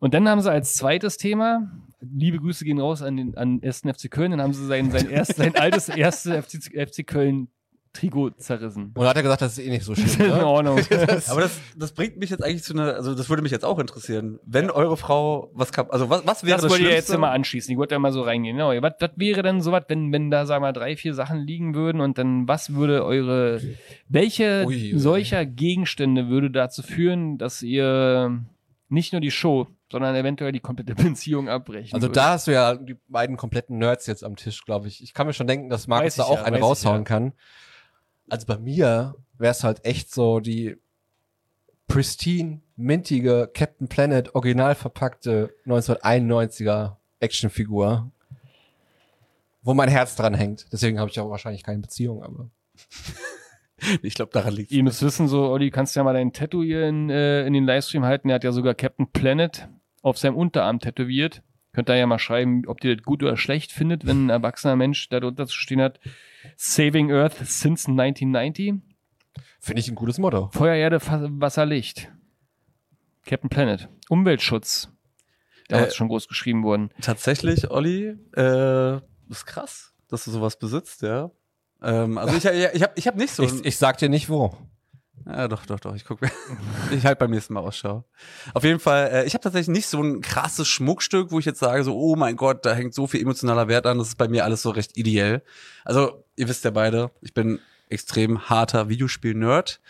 Speaker 3: Und dann haben sie als zweites Thema, liebe Grüße gehen raus an den an 1. FC Köln, dann haben sie sein, sein, erst,
Speaker 1: [laughs]
Speaker 3: sein altes 1. FC, FC Köln Trikot zerrissen.
Speaker 1: Und dann hat er gesagt, das ist eh nicht so
Speaker 3: [laughs] Das ist
Speaker 1: schön.
Speaker 3: in
Speaker 1: Ne?
Speaker 3: Ordnung.
Speaker 2: Aber das, das bringt mich jetzt eigentlich zu einer, also das würde mich jetzt auch interessieren, wenn eure Frau was kap also was, was wäre
Speaker 3: Das
Speaker 2: das,
Speaker 3: wollte ich
Speaker 2: Schlimmste?
Speaker 3: jetzt immer anschließen. Ich wollte da mal so reingehen. Genau. Was, was wäre denn sowas, wenn, wenn da, sagen wir mal, drei, vier Sachen liegen würden und dann was würde eure, welche
Speaker 1: Ui, ui.
Speaker 3: solcher Gegenstände würde dazu führen, dass ihr nicht nur die Show, sondern eventuell die komplette [laughs] Beziehung abbrechen
Speaker 1: Also da hast du ja die beiden kompletten Nerds jetzt am Tisch, glaube ich. Ich kann mir schon denken, dass Markus
Speaker 3: Weiß
Speaker 1: da
Speaker 3: ich
Speaker 1: auch
Speaker 3: ja,
Speaker 1: eine
Speaker 3: weiß ich
Speaker 1: raushauen
Speaker 3: ja.
Speaker 1: kann. Also bei mir wäre es halt echt so die pristine, mintige Captain Planet original verpackte 1991er Actionfigur, wo mein Herz dran hängt. Deswegen habe ich auch wahrscheinlich keine Beziehung, aber
Speaker 2: Ich glaube, daran liegt
Speaker 3: Ihr müsst wissen, so, Olli, kannst ja mal dein Tattoo hier in, äh, in den Livestream halten. Er hat ja sogar Captain Planet auf seinem Unterarm tätowiert. Könnt ihr ja mal schreiben, ob ihr das gut oder schlecht findet, wenn ein erwachsener Mensch da drunter zu stehen hat. Saving Earth since 1990.
Speaker 1: finde ich ein gutes Motto.
Speaker 3: Feuer, Erde, Fa- Wasser, Licht. Captain Planet. Umweltschutz. Damals
Speaker 2: Äh,
Speaker 3: schon groß geschrieben worden.
Speaker 2: Tatsächlich, Olli, äh, ist krass, dass du sowas besitzt, ja. Ähm, also ich, ich, ich habe ich hab nicht so.
Speaker 1: Ich, ich sag dir nicht wo.
Speaker 2: ja, Ah, doch, doch, doch. Ich guck mir. [laughs] ich halt beim nächsten Mal Ausschau. Auf jeden Fall, äh, ich habe tatsächlich nicht so ein krasses Schmuckstück, wo ich jetzt sage, so, oh mein Gott, da hängt so viel emotionaler Wert an. Das ist bei mir alles so recht ideell. Also, ihr wisst ja beide, ich bin extrem harter Videospiel-Nerd.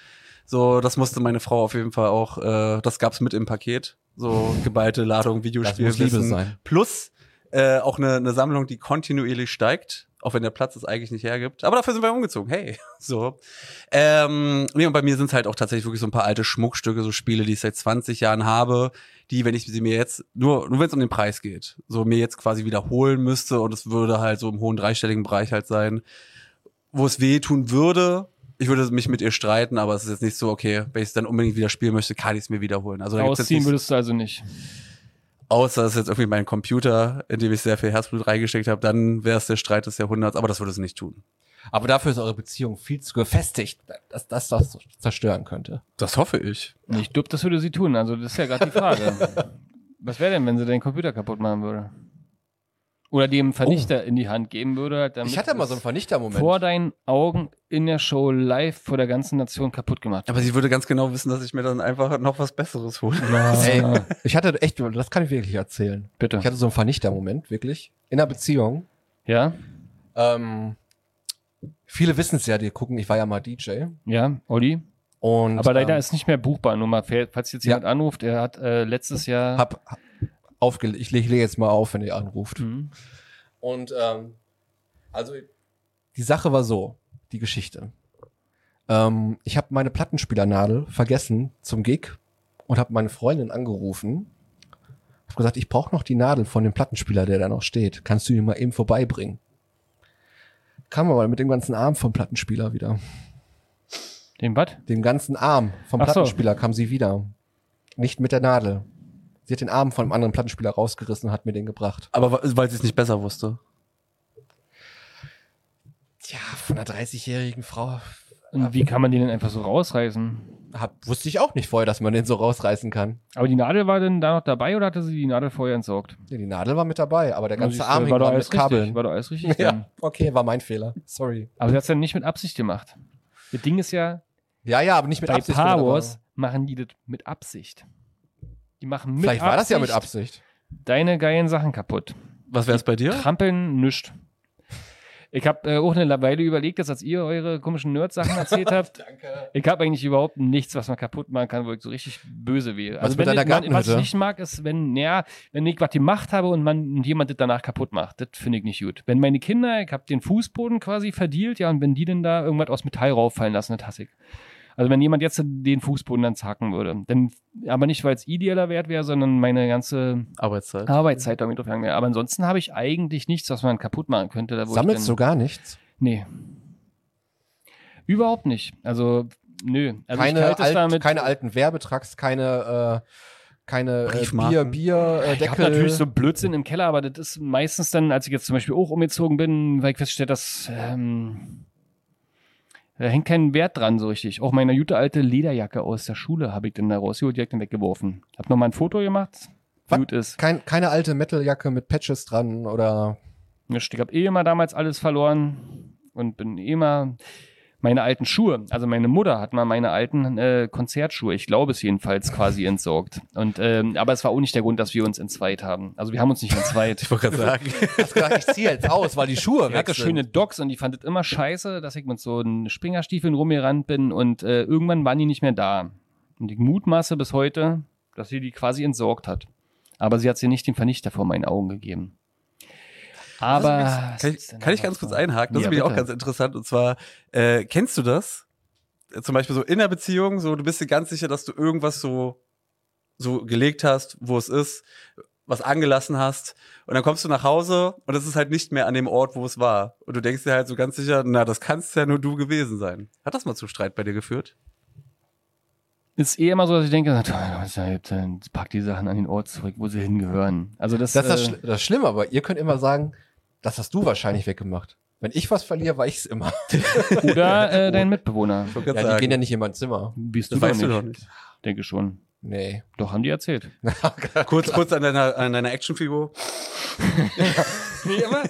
Speaker 2: So, das musste meine Frau auf jeden Fall auch, äh, das gab's mit im Paket. So geballte Ladung
Speaker 1: Das
Speaker 2: Videospiel.
Speaker 1: muss Liebe sein.
Speaker 2: Plus äh, auch eine, eine Sammlung, die kontinuierlich steigt, auch wenn der Platz es eigentlich nicht hergibt. Aber dafür sind wir umgezogen. Hey, [laughs] so. Ähm, nee, und bei mir sind es halt auch tatsächlich wirklich so ein paar alte Schmuckstücke, so Spiele, die ich seit 20 Jahren habe, die, wenn ich sie mir jetzt, nur, nur wenn es um den Preis geht, so mir jetzt quasi wiederholen müsste und es würde halt so im hohen dreistelligen Bereich halt sein, wo es weh tun würde. Ich würde mich mit ihr streiten, aber es ist jetzt nicht so, okay, wenn ich es dann unbedingt wieder spielen möchte, kann ich es mir wiederholen. Also da gibt's jetzt
Speaker 3: Ausziehen
Speaker 2: nicht-
Speaker 3: würdest du also nicht.
Speaker 2: Außer es ist jetzt irgendwie mein Computer, in dem ich sehr viel Herzblut reingesteckt habe, dann wäre es der Streit des Jahrhunderts, aber das würde es nicht tun.
Speaker 1: Aber dafür ist eure Beziehung viel zu gefestigt, dass dass das das zerstören könnte.
Speaker 2: Das hoffe ich.
Speaker 3: Ich glaube, das würde sie tun. Also, das ist ja gerade
Speaker 1: [laughs]
Speaker 3: die Frage. Was wäre denn, wenn sie den Computer kaputt machen würde? Oder dem Vernichter in die Hand geben würde? halt, Damit
Speaker 1: Oh. ich hatte mal so einen
Speaker 3: es
Speaker 1: Vernichtermoment.
Speaker 3: Vor deinen Augen in der Show live vor der ganzen Nation kaputt gemacht.
Speaker 2: Aber sie würde ganz genau wissen, dass ich mir dann einfach noch was Besseres hole.
Speaker 1: Ey, ich hatte echt, das kann ich wirklich erzählen.
Speaker 3: Bitte.
Speaker 1: Ich hatte so einen Vernichtermoment, wirklich. In einer Beziehung.
Speaker 3: Ja?
Speaker 1: Ähm, viele wissen es ja, die gucken, ich war ja mal DJ.
Speaker 3: Ja, Olli?
Speaker 1: Und
Speaker 3: Aber leider
Speaker 1: ähm,
Speaker 3: ist nicht mehr buchbar. Nur mal, falls jetzt
Speaker 1: Ja.
Speaker 3: jemand anruft, er hat äh, letztes Jahr.
Speaker 1: hab, hab aufge ich lege jetzt mal auf, wenn ihr anruft.
Speaker 3: Mhm.
Speaker 1: Und ähm, also die Sache war so, die Geschichte. Ähm, ich habe meine Plattenspielernadel vergessen zum Gig und habe meine Freundin angerufen. Hab gesagt, ich brauche noch die Nadel von dem Plattenspieler, der da noch steht. Kannst du die mal eben vorbeibringen? Kam aber mit dem ganzen Arm vom Plattenspieler wieder.
Speaker 3: Den was?
Speaker 1: Dem ganzen Arm vom
Speaker 3: Ach so.
Speaker 1: Plattenspieler kam sie wieder. Nicht mit der Nadel. Sie hat den Arm von einem anderen Plattenspieler rausgerissen und hat mir den gebracht.
Speaker 2: Aber wa- weil sie es nicht besser wusste.
Speaker 1: Tja, von einer 30-jährigen Frau
Speaker 3: Und wie kann man den denn einfach so rausreißen?
Speaker 1: hab, wusste ich auch nicht vorher, dass man den so rausreißen kann.
Speaker 3: Aber die Nadel war denn da noch dabei oder hatte sie die Nadel vorher entsorgt?
Speaker 1: Ja, die Nadel war mit dabei, aber der ganze
Speaker 3: Also,
Speaker 1: Arm hing
Speaker 3: war doch
Speaker 1: dran
Speaker 3: alles
Speaker 1: mit Kabeln.
Speaker 3: Richtig, war doch alles richtig. dann.
Speaker 1: [laughs] ja, okay, war mein Fehler. Sorry.
Speaker 3: Aber sie hat es ja nicht mit Absicht gemacht. Das Ding ist ja,
Speaker 1: Ja, ja, aber nicht mit
Speaker 3: bei
Speaker 1: Absicht.
Speaker 3: Paar
Speaker 1: oder war-
Speaker 3: Wars machen die das mit Absicht. Die machen mit
Speaker 1: Vielleicht
Speaker 3: Absicht
Speaker 1: war das ja mit Absicht.
Speaker 3: deine geilen Sachen kaputt.
Speaker 2: Was wäre es bei dir?
Speaker 3: Trampeln, nischt. Ich habe äh, auch eine Weile überlegt, dass als ihr eure komischen Nerd-Sachen
Speaker 1: [laughs]
Speaker 3: erzählt habt,
Speaker 1: Danke.
Speaker 3: ich habe eigentlich überhaupt nichts, was man kaputt machen kann, wo ich so richtig böse wäre. Also
Speaker 1: mit
Speaker 3: wenn
Speaker 1: deiner
Speaker 3: ich- man, was ich
Speaker 1: Gartenhütte?
Speaker 3: nicht mag, ist, wenn, ja, wenn ich was gemacht habe und man und jemand das danach kaputt macht. Das finde ich nicht gut. Wenn meine Kinder, ich habe den Fußboden quasi verdielt, ja, und wenn die denn da irgendwas aus Metall rauffallen lassen, das hasse ich. Also wenn jemand jetzt den Fußboden dann zacken würde, dann aber nicht, weil es idealer Wert wäre, sondern meine ganze
Speaker 2: Arbeitszeit.
Speaker 3: Arbeitszeit damit draufgegangen wäre. Aber ansonsten habe ich eigentlich nichts, was man kaputt machen könnte. Da, wo ich
Speaker 1: Sammelst du
Speaker 3: dann-
Speaker 1: gar nichts?
Speaker 3: Nee. Überhaupt nicht. Also, nö. Also ich
Speaker 1: keine,
Speaker 3: halte es
Speaker 1: alt,
Speaker 3: damit,
Speaker 1: keine alten Werbetracks, keine, äh, keine äh, Bier,
Speaker 2: Briefmarken.
Speaker 1: Bier, äh,
Speaker 3: ich habe
Speaker 1: Deckel.
Speaker 3: natürlich so Blödsinn im Keller, aber das ist meistens dann, als ich jetzt zum Beispiel auch umgezogen bin, weil ich feststelle, dass ähm, da hängt kein Wert dran so richtig. Auch meine gute alte Lederjacke aus der Schule habe ich dann da rausgeholt, direkt dann weggeworfen. Hab nochmal ein Foto gemacht.
Speaker 1: Was?
Speaker 3: Gut ist.
Speaker 1: Kein, keine alte Metaljacke mit Patches dran oder
Speaker 3: Ich habe eh immer damals alles verloren und bin eh immer meine alten Schuhe. Also meine Mutter hat mal meine alten äh, Konzertschuhe, ich glaube es jedenfalls, quasi entsorgt. Und ähm, aber es war auch nicht der Grund, dass wir uns entzweit haben. Also wir haben uns nicht entzweit.
Speaker 2: Ich wollte [laughs] gerade
Speaker 1: [laughs]
Speaker 2: sagen.
Speaker 1: Hast gesagt, ich ziehe jetzt aus, weil die Schuhe
Speaker 3: Ich hatte schöne Docks und ich fand es immer scheiße, dass ich mit so einen Springerstiefeln rumgerannt bin und äh, irgendwann waren die nicht mehr da. Und ich mutmaße bis heute, dass sie die quasi entsorgt hat. Aber sie hat sie nicht dem Vernichter vor meinen Augen gegeben. Aber
Speaker 2: Kann ich, kann ich ganz kurz einhaken? Das
Speaker 3: Ja,
Speaker 2: ist nämlich auch
Speaker 3: bitte.
Speaker 2: ganz interessant. Und zwar, äh, kennst du das? Äh, Zum Beispiel so in der Beziehung, so du bist dir ganz sicher, dass du irgendwas so, so gelegt hast, wo es ist, was angelassen hast. Und dann kommst du nach Hause und es ist halt nicht mehr an dem Ort, wo es war. Und du denkst dir halt so ganz sicher, na, das kannst ja nur du gewesen sein. Hat das mal zu Streit bei dir geführt?
Speaker 3: ist eh immer so, dass ich denke, pack die Sachen an den Ort zurück, wo sie hingehören. Also das,
Speaker 1: Das ist das,
Speaker 3: äh,
Speaker 1: Schli- das Schlimme, aber ihr könnt immer sagen, das hast du wahrscheinlich weggemacht. Wenn ich was verliere, war ich's immer.
Speaker 2: [laughs]
Speaker 3: oder äh, dein Mitbewohner.
Speaker 2: Ich wollt grad
Speaker 1: Ja, die
Speaker 2: sagen,
Speaker 1: gehen ja nicht in mein Zimmer.
Speaker 3: Bist
Speaker 2: das
Speaker 3: du,
Speaker 2: weißt du
Speaker 3: doch
Speaker 2: doch
Speaker 3: nicht.
Speaker 2: nicht.
Speaker 3: Denke schon.
Speaker 1: Nee. [laughs]
Speaker 3: Doch, haben die erzählt.
Speaker 2: Kurz, kurz an deiner, an deiner Actionfigur.
Speaker 3: Nee, immer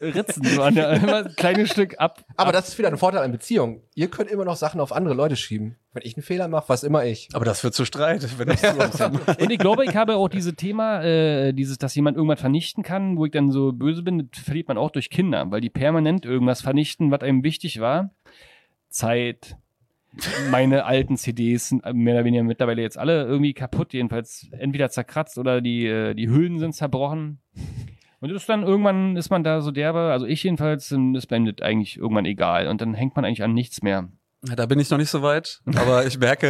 Speaker 3: Ritzen, so an der, [laughs] immer ein kleines Stück ab.
Speaker 1: Aber das ist wieder ein Vorteil an Beziehungen. Ihr könnt immer noch Sachen auf andere Leute schieben. Wenn ich einen Fehler mache, was immer ich.
Speaker 2: Aber das führt zu Streit, wenn das so
Speaker 3: Und ich glaube, ich habe auch dieses Thema, äh, dieses, dass jemand irgendwas vernichten kann, wo ich dann so böse bin, das verliert man auch durch Kinder, weil die permanent irgendwas vernichten, was einem wichtig war. Zeit. Meine alten CDs sind äh, mehr oder weniger mittlerweile jetzt alle irgendwie kaputt, jedenfalls entweder zerkratzt oder die, äh, die Hüllen sind zerbrochen. Und das ist dann irgendwann ist man da so derbe, also ich jedenfalls, dann ist einem das eigentlich irgendwann egal und dann hängt man eigentlich an nichts mehr.
Speaker 2: Ja, Da bin ich noch nicht so weit, aber ich merke,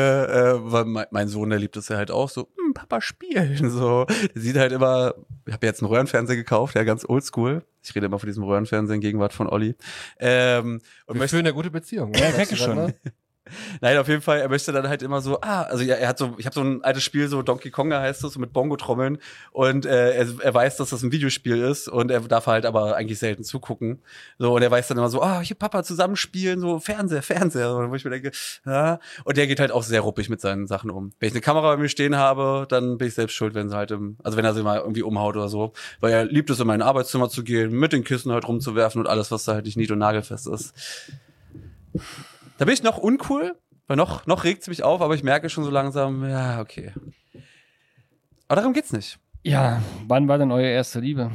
Speaker 2: äh, weil mein, mein Sohn, der liebt es ja halt auch so, "Hm, Papa spielen, so. Der sieht halt immer, ich habe jetzt einen Röhrenfernseher gekauft, ja, ganz oldschool. Ich rede immer von diesem Röhrenfernseher in Gegenwart von Olli. Ähm, und
Speaker 1: Wir
Speaker 2: möchte,
Speaker 1: führen eine gute
Speaker 3: [laughs]
Speaker 1: Beziehung. Ja,
Speaker 3: merke schon.
Speaker 2: nein, auf jeden Fall, er möchte dann halt immer so, ah, also ja, er hat so, ich habe so ein altes Spiel, so Donkey Konga heißt es, so mit Bongo-Trommeln und äh, er, er weiß, dass das ein Videospiel ist und er darf halt aber eigentlich selten zugucken. So, und er weiß dann immer so, ah, hier Papa zusammenspielen, so Fernseher, Fernseher, so, wo ich mir denke, ja. Und der geht halt auch sehr ruppig mit seinen Sachen um. Wenn ich eine Kamera bei mir stehen habe, dann bin ich selbst schuld, wenn sie halt im, also wenn er sie mal irgendwie umhaut oder so. Weil er liebt es, in mein Arbeitszimmer zu gehen, mit den Kissen halt rumzuwerfen und alles, was da halt nicht nied- und nagelfest ist. Da bin ich noch uncool, weil noch, noch regt's mich auf, aber ich merke schon so langsam, ja, okay. Aber darum geht's nicht.
Speaker 3: Ja, wann war denn eure erste Liebe?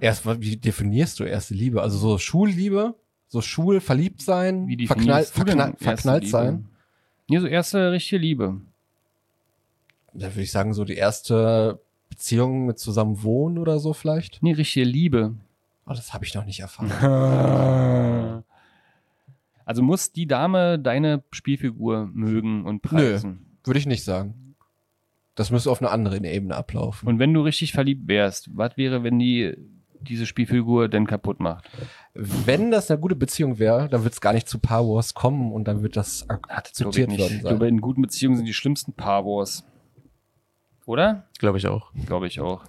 Speaker 1: Erst, mal, wie definierst du erste Liebe? Also so Schulliebe, so Schul verliebt sein,
Speaker 3: Wie die
Speaker 1: verknall,
Speaker 3: definierst du denn
Speaker 1: verknall,
Speaker 3: erste
Speaker 1: verknallt
Speaker 3: Liebe?
Speaker 1: sein.
Speaker 3: Nee, so erste richtige Liebe.
Speaker 1: Da würde ich sagen, so die erste Beziehung mit zusammen wohnen oder so vielleicht.
Speaker 3: Nee, richtige Liebe.
Speaker 1: Oh, das habe ich noch nicht erfahren. Äh.
Speaker 3: Also muss die Dame deine Spielfigur mögen und preisen.
Speaker 1: Würde ich nicht sagen. Das müsste auf einer anderen Ebene ablaufen.
Speaker 3: Und wenn du richtig verliebt wärst, was wäre, wenn die diese Spielfigur denn kaputt macht?
Speaker 1: Wenn das eine gute Beziehung wäre, dann wird es gar nicht zu Paar Wars kommen und dann wird das ak
Speaker 3: Glaube ich
Speaker 1: akzeptiert
Speaker 3: nicht.
Speaker 1: worden
Speaker 3: Ich glaube,
Speaker 1: sein.
Speaker 3: in guten Beziehungen sind die schlimmsten Paar Wars. Oder?
Speaker 2: Glaube ich auch.
Speaker 3: Glaube ich auch.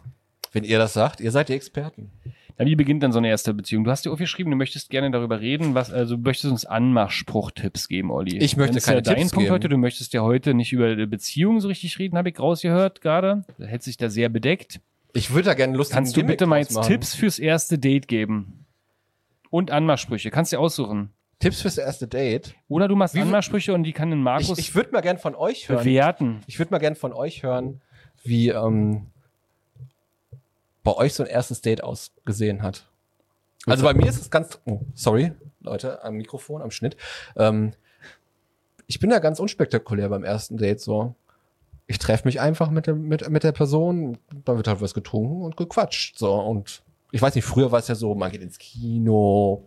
Speaker 1: Wenn ihr das sagt, ihr seid die Experten.
Speaker 3: Na, wie beginnt dann so eine erste Beziehung? Du hast dir aufgeschrieben, du möchtest gerne darüber reden, was, also du möchtest uns Anmachspruchtipps geben, Olli.
Speaker 1: Ich möchte
Speaker 3: Dann ist
Speaker 1: keine
Speaker 3: ja dein
Speaker 1: Tipps
Speaker 3: Punkt
Speaker 1: geben.
Speaker 3: heute, du möchtest ja heute nicht über die Beziehung so richtig reden, habe ich rausgehört gerade. Da hält sich da sehr bedeckt.
Speaker 1: Ich würde da gerne Lust
Speaker 3: Kannst du bitte mal jetzt Tipps fürs erste Date geben? Und Anmachsprüche, kannst du dir aussuchen.
Speaker 1: Tipps fürs erste Date.
Speaker 3: Oder du machst
Speaker 1: Wie-
Speaker 3: Anmachsprüche und die kann den
Speaker 1: Ich,
Speaker 3: Markus
Speaker 1: ich würde mal gern von euch hören.
Speaker 3: bewerten.
Speaker 1: Ich würde mal gern von euch hören, wie ähm, bei euch so ein erstes Date ausgesehen hat. Also bei mir ist es ganz. Oh, sorry, Leute, am Mikrofon, am Schnitt. Ähm, ich bin da ganz unspektakulär beim ersten Date so. Ich treffe mich einfach mit, dem, mit, mit der Person, dann wird halt was getrunken und gequatscht. So und ich weiß nicht, früher war es ja so, man geht ins Kino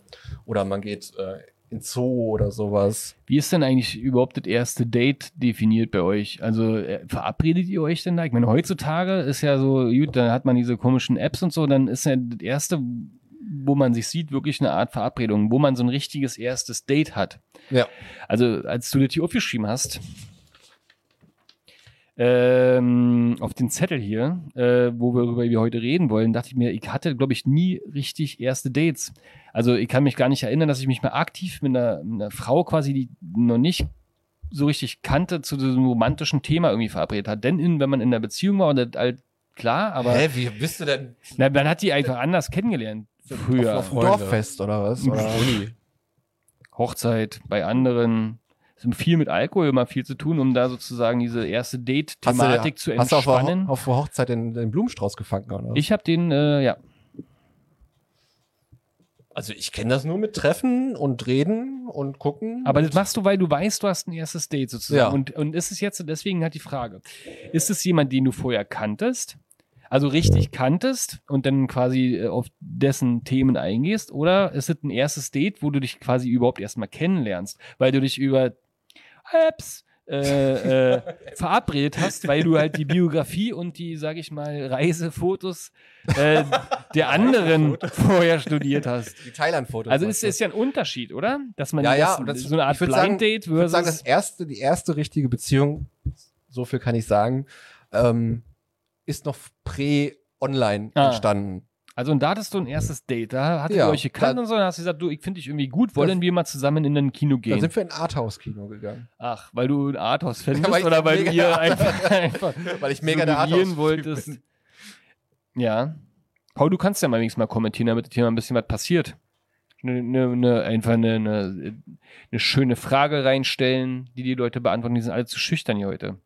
Speaker 1: oder man geht äh, in Zoo oder sowas.
Speaker 3: Wie ist denn eigentlich überhaupt das erste Date definiert bei euch? Also äh, verabredet ihr euch denn da? Ich meine, heutzutage ist ja so, gut, da hat man diese komischen Apps und so, dann ist ja das erste, wo man sich sieht, wirklich eine Art Verabredung, wo man so ein richtiges erstes Date hat.
Speaker 1: Ja.
Speaker 3: Also, als du das hier aufgeschrieben hast, ähm, auf den Zettel hier, äh, wo wir, worüber wir heute reden wollen, dachte ich mir, ich hatte, glaube ich, nie richtig erste Dates. Also ich kann mich gar nicht erinnern, dass ich mich mal aktiv mit einer, mit einer Frau quasi, die noch nicht so richtig kannte, zu diesem romantischen Thema irgendwie verabredet hat. Denn in, wenn man in einer Beziehung war und das halt klar, aber
Speaker 1: Hä, wie bist du denn?
Speaker 3: na, man hat die einfach anders kennengelernt. Früher.
Speaker 1: Auf, auf dem Dorffest oder was? Oder?
Speaker 3: Hochzeit, bei anderen. Es hat viel mit Alkohol immer viel zu tun, um da sozusagen diese erste Date-Thematik zu
Speaker 1: hast du auf, der
Speaker 3: entspannen.
Speaker 1: Ho- auf der Hochzeit den, den Blumenstrauß gefangen oder? was?
Speaker 3: ich habe den, äh, ja,
Speaker 1: also ich kenne das nur mit Treffen und Reden und Gucken.
Speaker 3: Aber das machst du, weil du weißt, du hast ein erstes Date sozusagen.
Speaker 1: Ja.
Speaker 3: Und, und ist es jetzt, deswegen hat die Frage, ist es jemand, den du vorher kanntest? Also richtig kanntest und dann quasi äh, auf dessen Themen eingehst? Oder ist es ein erstes Date, wo du dich quasi überhaupt erstmal kennenlernst? Weil du dich über Apps äh, äh, verabredet hast, weil du halt die Biografie und die, sag ich mal, Reisefotos äh, der anderen vorher studiert hast.
Speaker 1: die Thailand-Fotos.
Speaker 3: Also
Speaker 1: meinst
Speaker 3: ist,
Speaker 1: du?
Speaker 3: ist ja ein Unterschied, oder? Dass man
Speaker 1: Ja, ja,
Speaker 3: das,
Speaker 1: und das-
Speaker 3: so eine Art
Speaker 1: ich würd
Speaker 3: Blind
Speaker 1: sagen-
Speaker 3: Date
Speaker 1: Ich würde sagen, das
Speaker 3: versus
Speaker 1: erste, die erste richtige Beziehung, so viel kann ich sagen, ähm, ist noch prä-online
Speaker 3: Ah.
Speaker 1: entstanden.
Speaker 3: also und da hattest du ein erstes Date, da hattet
Speaker 1: Ja,
Speaker 3: ihr euch gekannt
Speaker 1: da-
Speaker 3: und so, dann hast du gesagt, du, ich finde dich irgendwie gut, wollen
Speaker 1: Das-
Speaker 3: wir mal zusammen in ein Kino
Speaker 1: Da
Speaker 3: gehen?
Speaker 1: sind wir in ein Arthouse-Kino gegangen.
Speaker 3: Ach, weil du ein Arthouse-Fan
Speaker 1: Ja, weil
Speaker 3: bist
Speaker 1: ich
Speaker 3: oder weil du
Speaker 1: mega- [laughs]
Speaker 3: ihr einfach, einfach
Speaker 1: Weil ich mega der
Speaker 3: suggerieren
Speaker 1: Arthouse
Speaker 3: wolltest. Ja. Paul, du kannst ja mal wenigstens mal kommentieren, damit das hier mal ein bisschen was passiert. Ne, ne, ne, einfach eine ne, ne schöne Frage reinstellen, die die Leute beantworten, die sind alle zu schüchtern hier heute.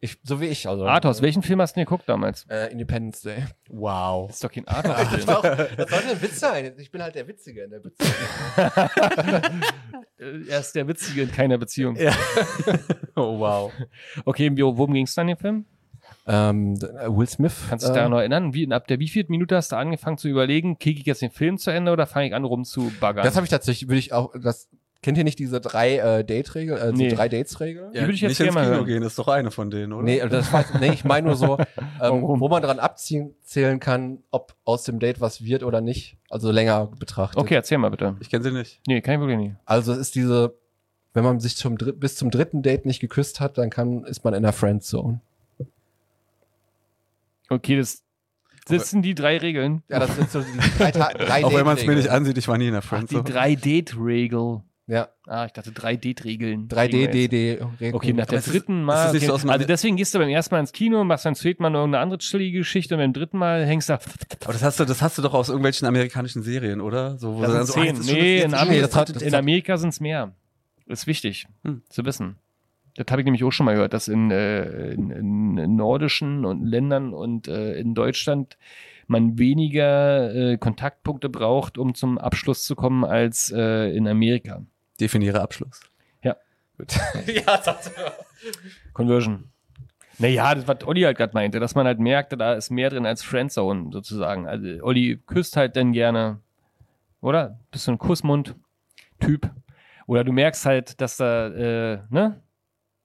Speaker 1: Ich, so wie ich. Also,
Speaker 3: Arthouse, welchen Film hast du denn geguckt damals?
Speaker 1: Äh, Independence Day.
Speaker 2: Wow.
Speaker 3: Das ist doch kein Arthouse-Film.
Speaker 1: Doch, das sollte ein Witz sein. Ich bin halt der Witzige in der Beziehung.
Speaker 3: Äh, Er ist der Witzige in keiner Beziehung.
Speaker 2: Ja. Oh, wow.
Speaker 3: Okay, wie- worum ging es dann in dem Film?
Speaker 1: Ähm, d- äh, Will Smith.
Speaker 3: Kannst du dich
Speaker 1: äh,
Speaker 3: daran noch erinnern? Wie, ab der wievielten Minute hast du angefangen zu überlegen, kicke ich jetzt den Film zu Ende oder fange ich an, rumzubaggern?
Speaker 1: Das habe ich tatsächlich, würde ich auch, das, kennt ihr nicht diese drei äh, Date-Regel, äh,
Speaker 3: Nee.
Speaker 1: die drei Dates-Regel?
Speaker 3: würd ich jetzt
Speaker 2: nicht
Speaker 3: gerne
Speaker 2: ins
Speaker 3: mal
Speaker 2: Kino
Speaker 3: hören.
Speaker 2: gehen, ist doch eine von denen, oder?
Speaker 3: äh,
Speaker 1: Nee, äh, das weiß, nee, ich meine nur
Speaker 3: [laughs]
Speaker 1: so, ähm,
Speaker 3: Warum?
Speaker 1: wo man dran abziehen zählen kann, ob aus dem Date was wird oder nicht. Also länger betrachtet.
Speaker 3: okay, erzähl mal bitte.
Speaker 2: Ich kenne sie nicht.
Speaker 3: Nee, kann ich wirklich nicht.
Speaker 1: Also es ist diese, wenn man sich zum dr- bis zum dritten Date nicht geküsst hat, dann kann, ist man in der Friendzone.
Speaker 3: Okay, das sitzen die drei Regeln.
Speaker 1: Ja, das sind so die drei, [laughs] Ta- drei
Speaker 2: Auch wenn man es mir
Speaker 1: Date-Regeln.
Speaker 2: nicht ansieht, ich war nie in der
Speaker 3: Ach,
Speaker 2: Friends.
Speaker 3: die 3-Date-Regel.
Speaker 1: Ja,
Speaker 3: Ah, ich dachte 3D-Regeln.
Speaker 1: 3D-DD.
Speaker 3: Okay, nach der
Speaker 2: es ist-
Speaker 3: dritten
Speaker 2: es
Speaker 3: Mal.
Speaker 2: ist nicht so aus
Speaker 3: okay.
Speaker 2: dem-
Speaker 3: Also deswegen gehst du beim ersten Mal ins Kino, machst beim zweiten Mal noch irgendeine andere chillige Geschichte und beim dritten Mal hängst du da.
Speaker 2: Aber das hast du, das hast du doch aus irgendwelchen amerikanischen Serien, oder? So, wo
Speaker 3: Das
Speaker 2: sie
Speaker 3: sind
Speaker 2: dann so, ah,
Speaker 3: zehn.
Speaker 2: jetzt ist schon
Speaker 3: nee,
Speaker 2: das
Speaker 3: in,
Speaker 2: letzte
Speaker 1: Ami-
Speaker 2: Spiel.
Speaker 3: Amerika,
Speaker 1: das hat- das
Speaker 3: in
Speaker 1: hat-
Speaker 3: Amerika sind es mehr. Ist wichtig
Speaker 2: Hm.
Speaker 3: zu wissen. Das habe ich nämlich auch schon mal gehört, dass in, äh, in, in, in nordischen und Ländern und äh, in Deutschland man weniger äh, Kontaktpunkte braucht, um zum Abschluss zu kommen, als äh, in Amerika.
Speaker 2: Definiere Abschluss.
Speaker 3: Conversion. Naja, das, was Olli halt gerade meinte, dass man halt merkte, da ist mehr drin als Friendzone sozusagen. Also Olli küsst halt dann gerne, oder? Bist du ein Kussmund-Typ? Oder du merkst halt, dass da äh, ne?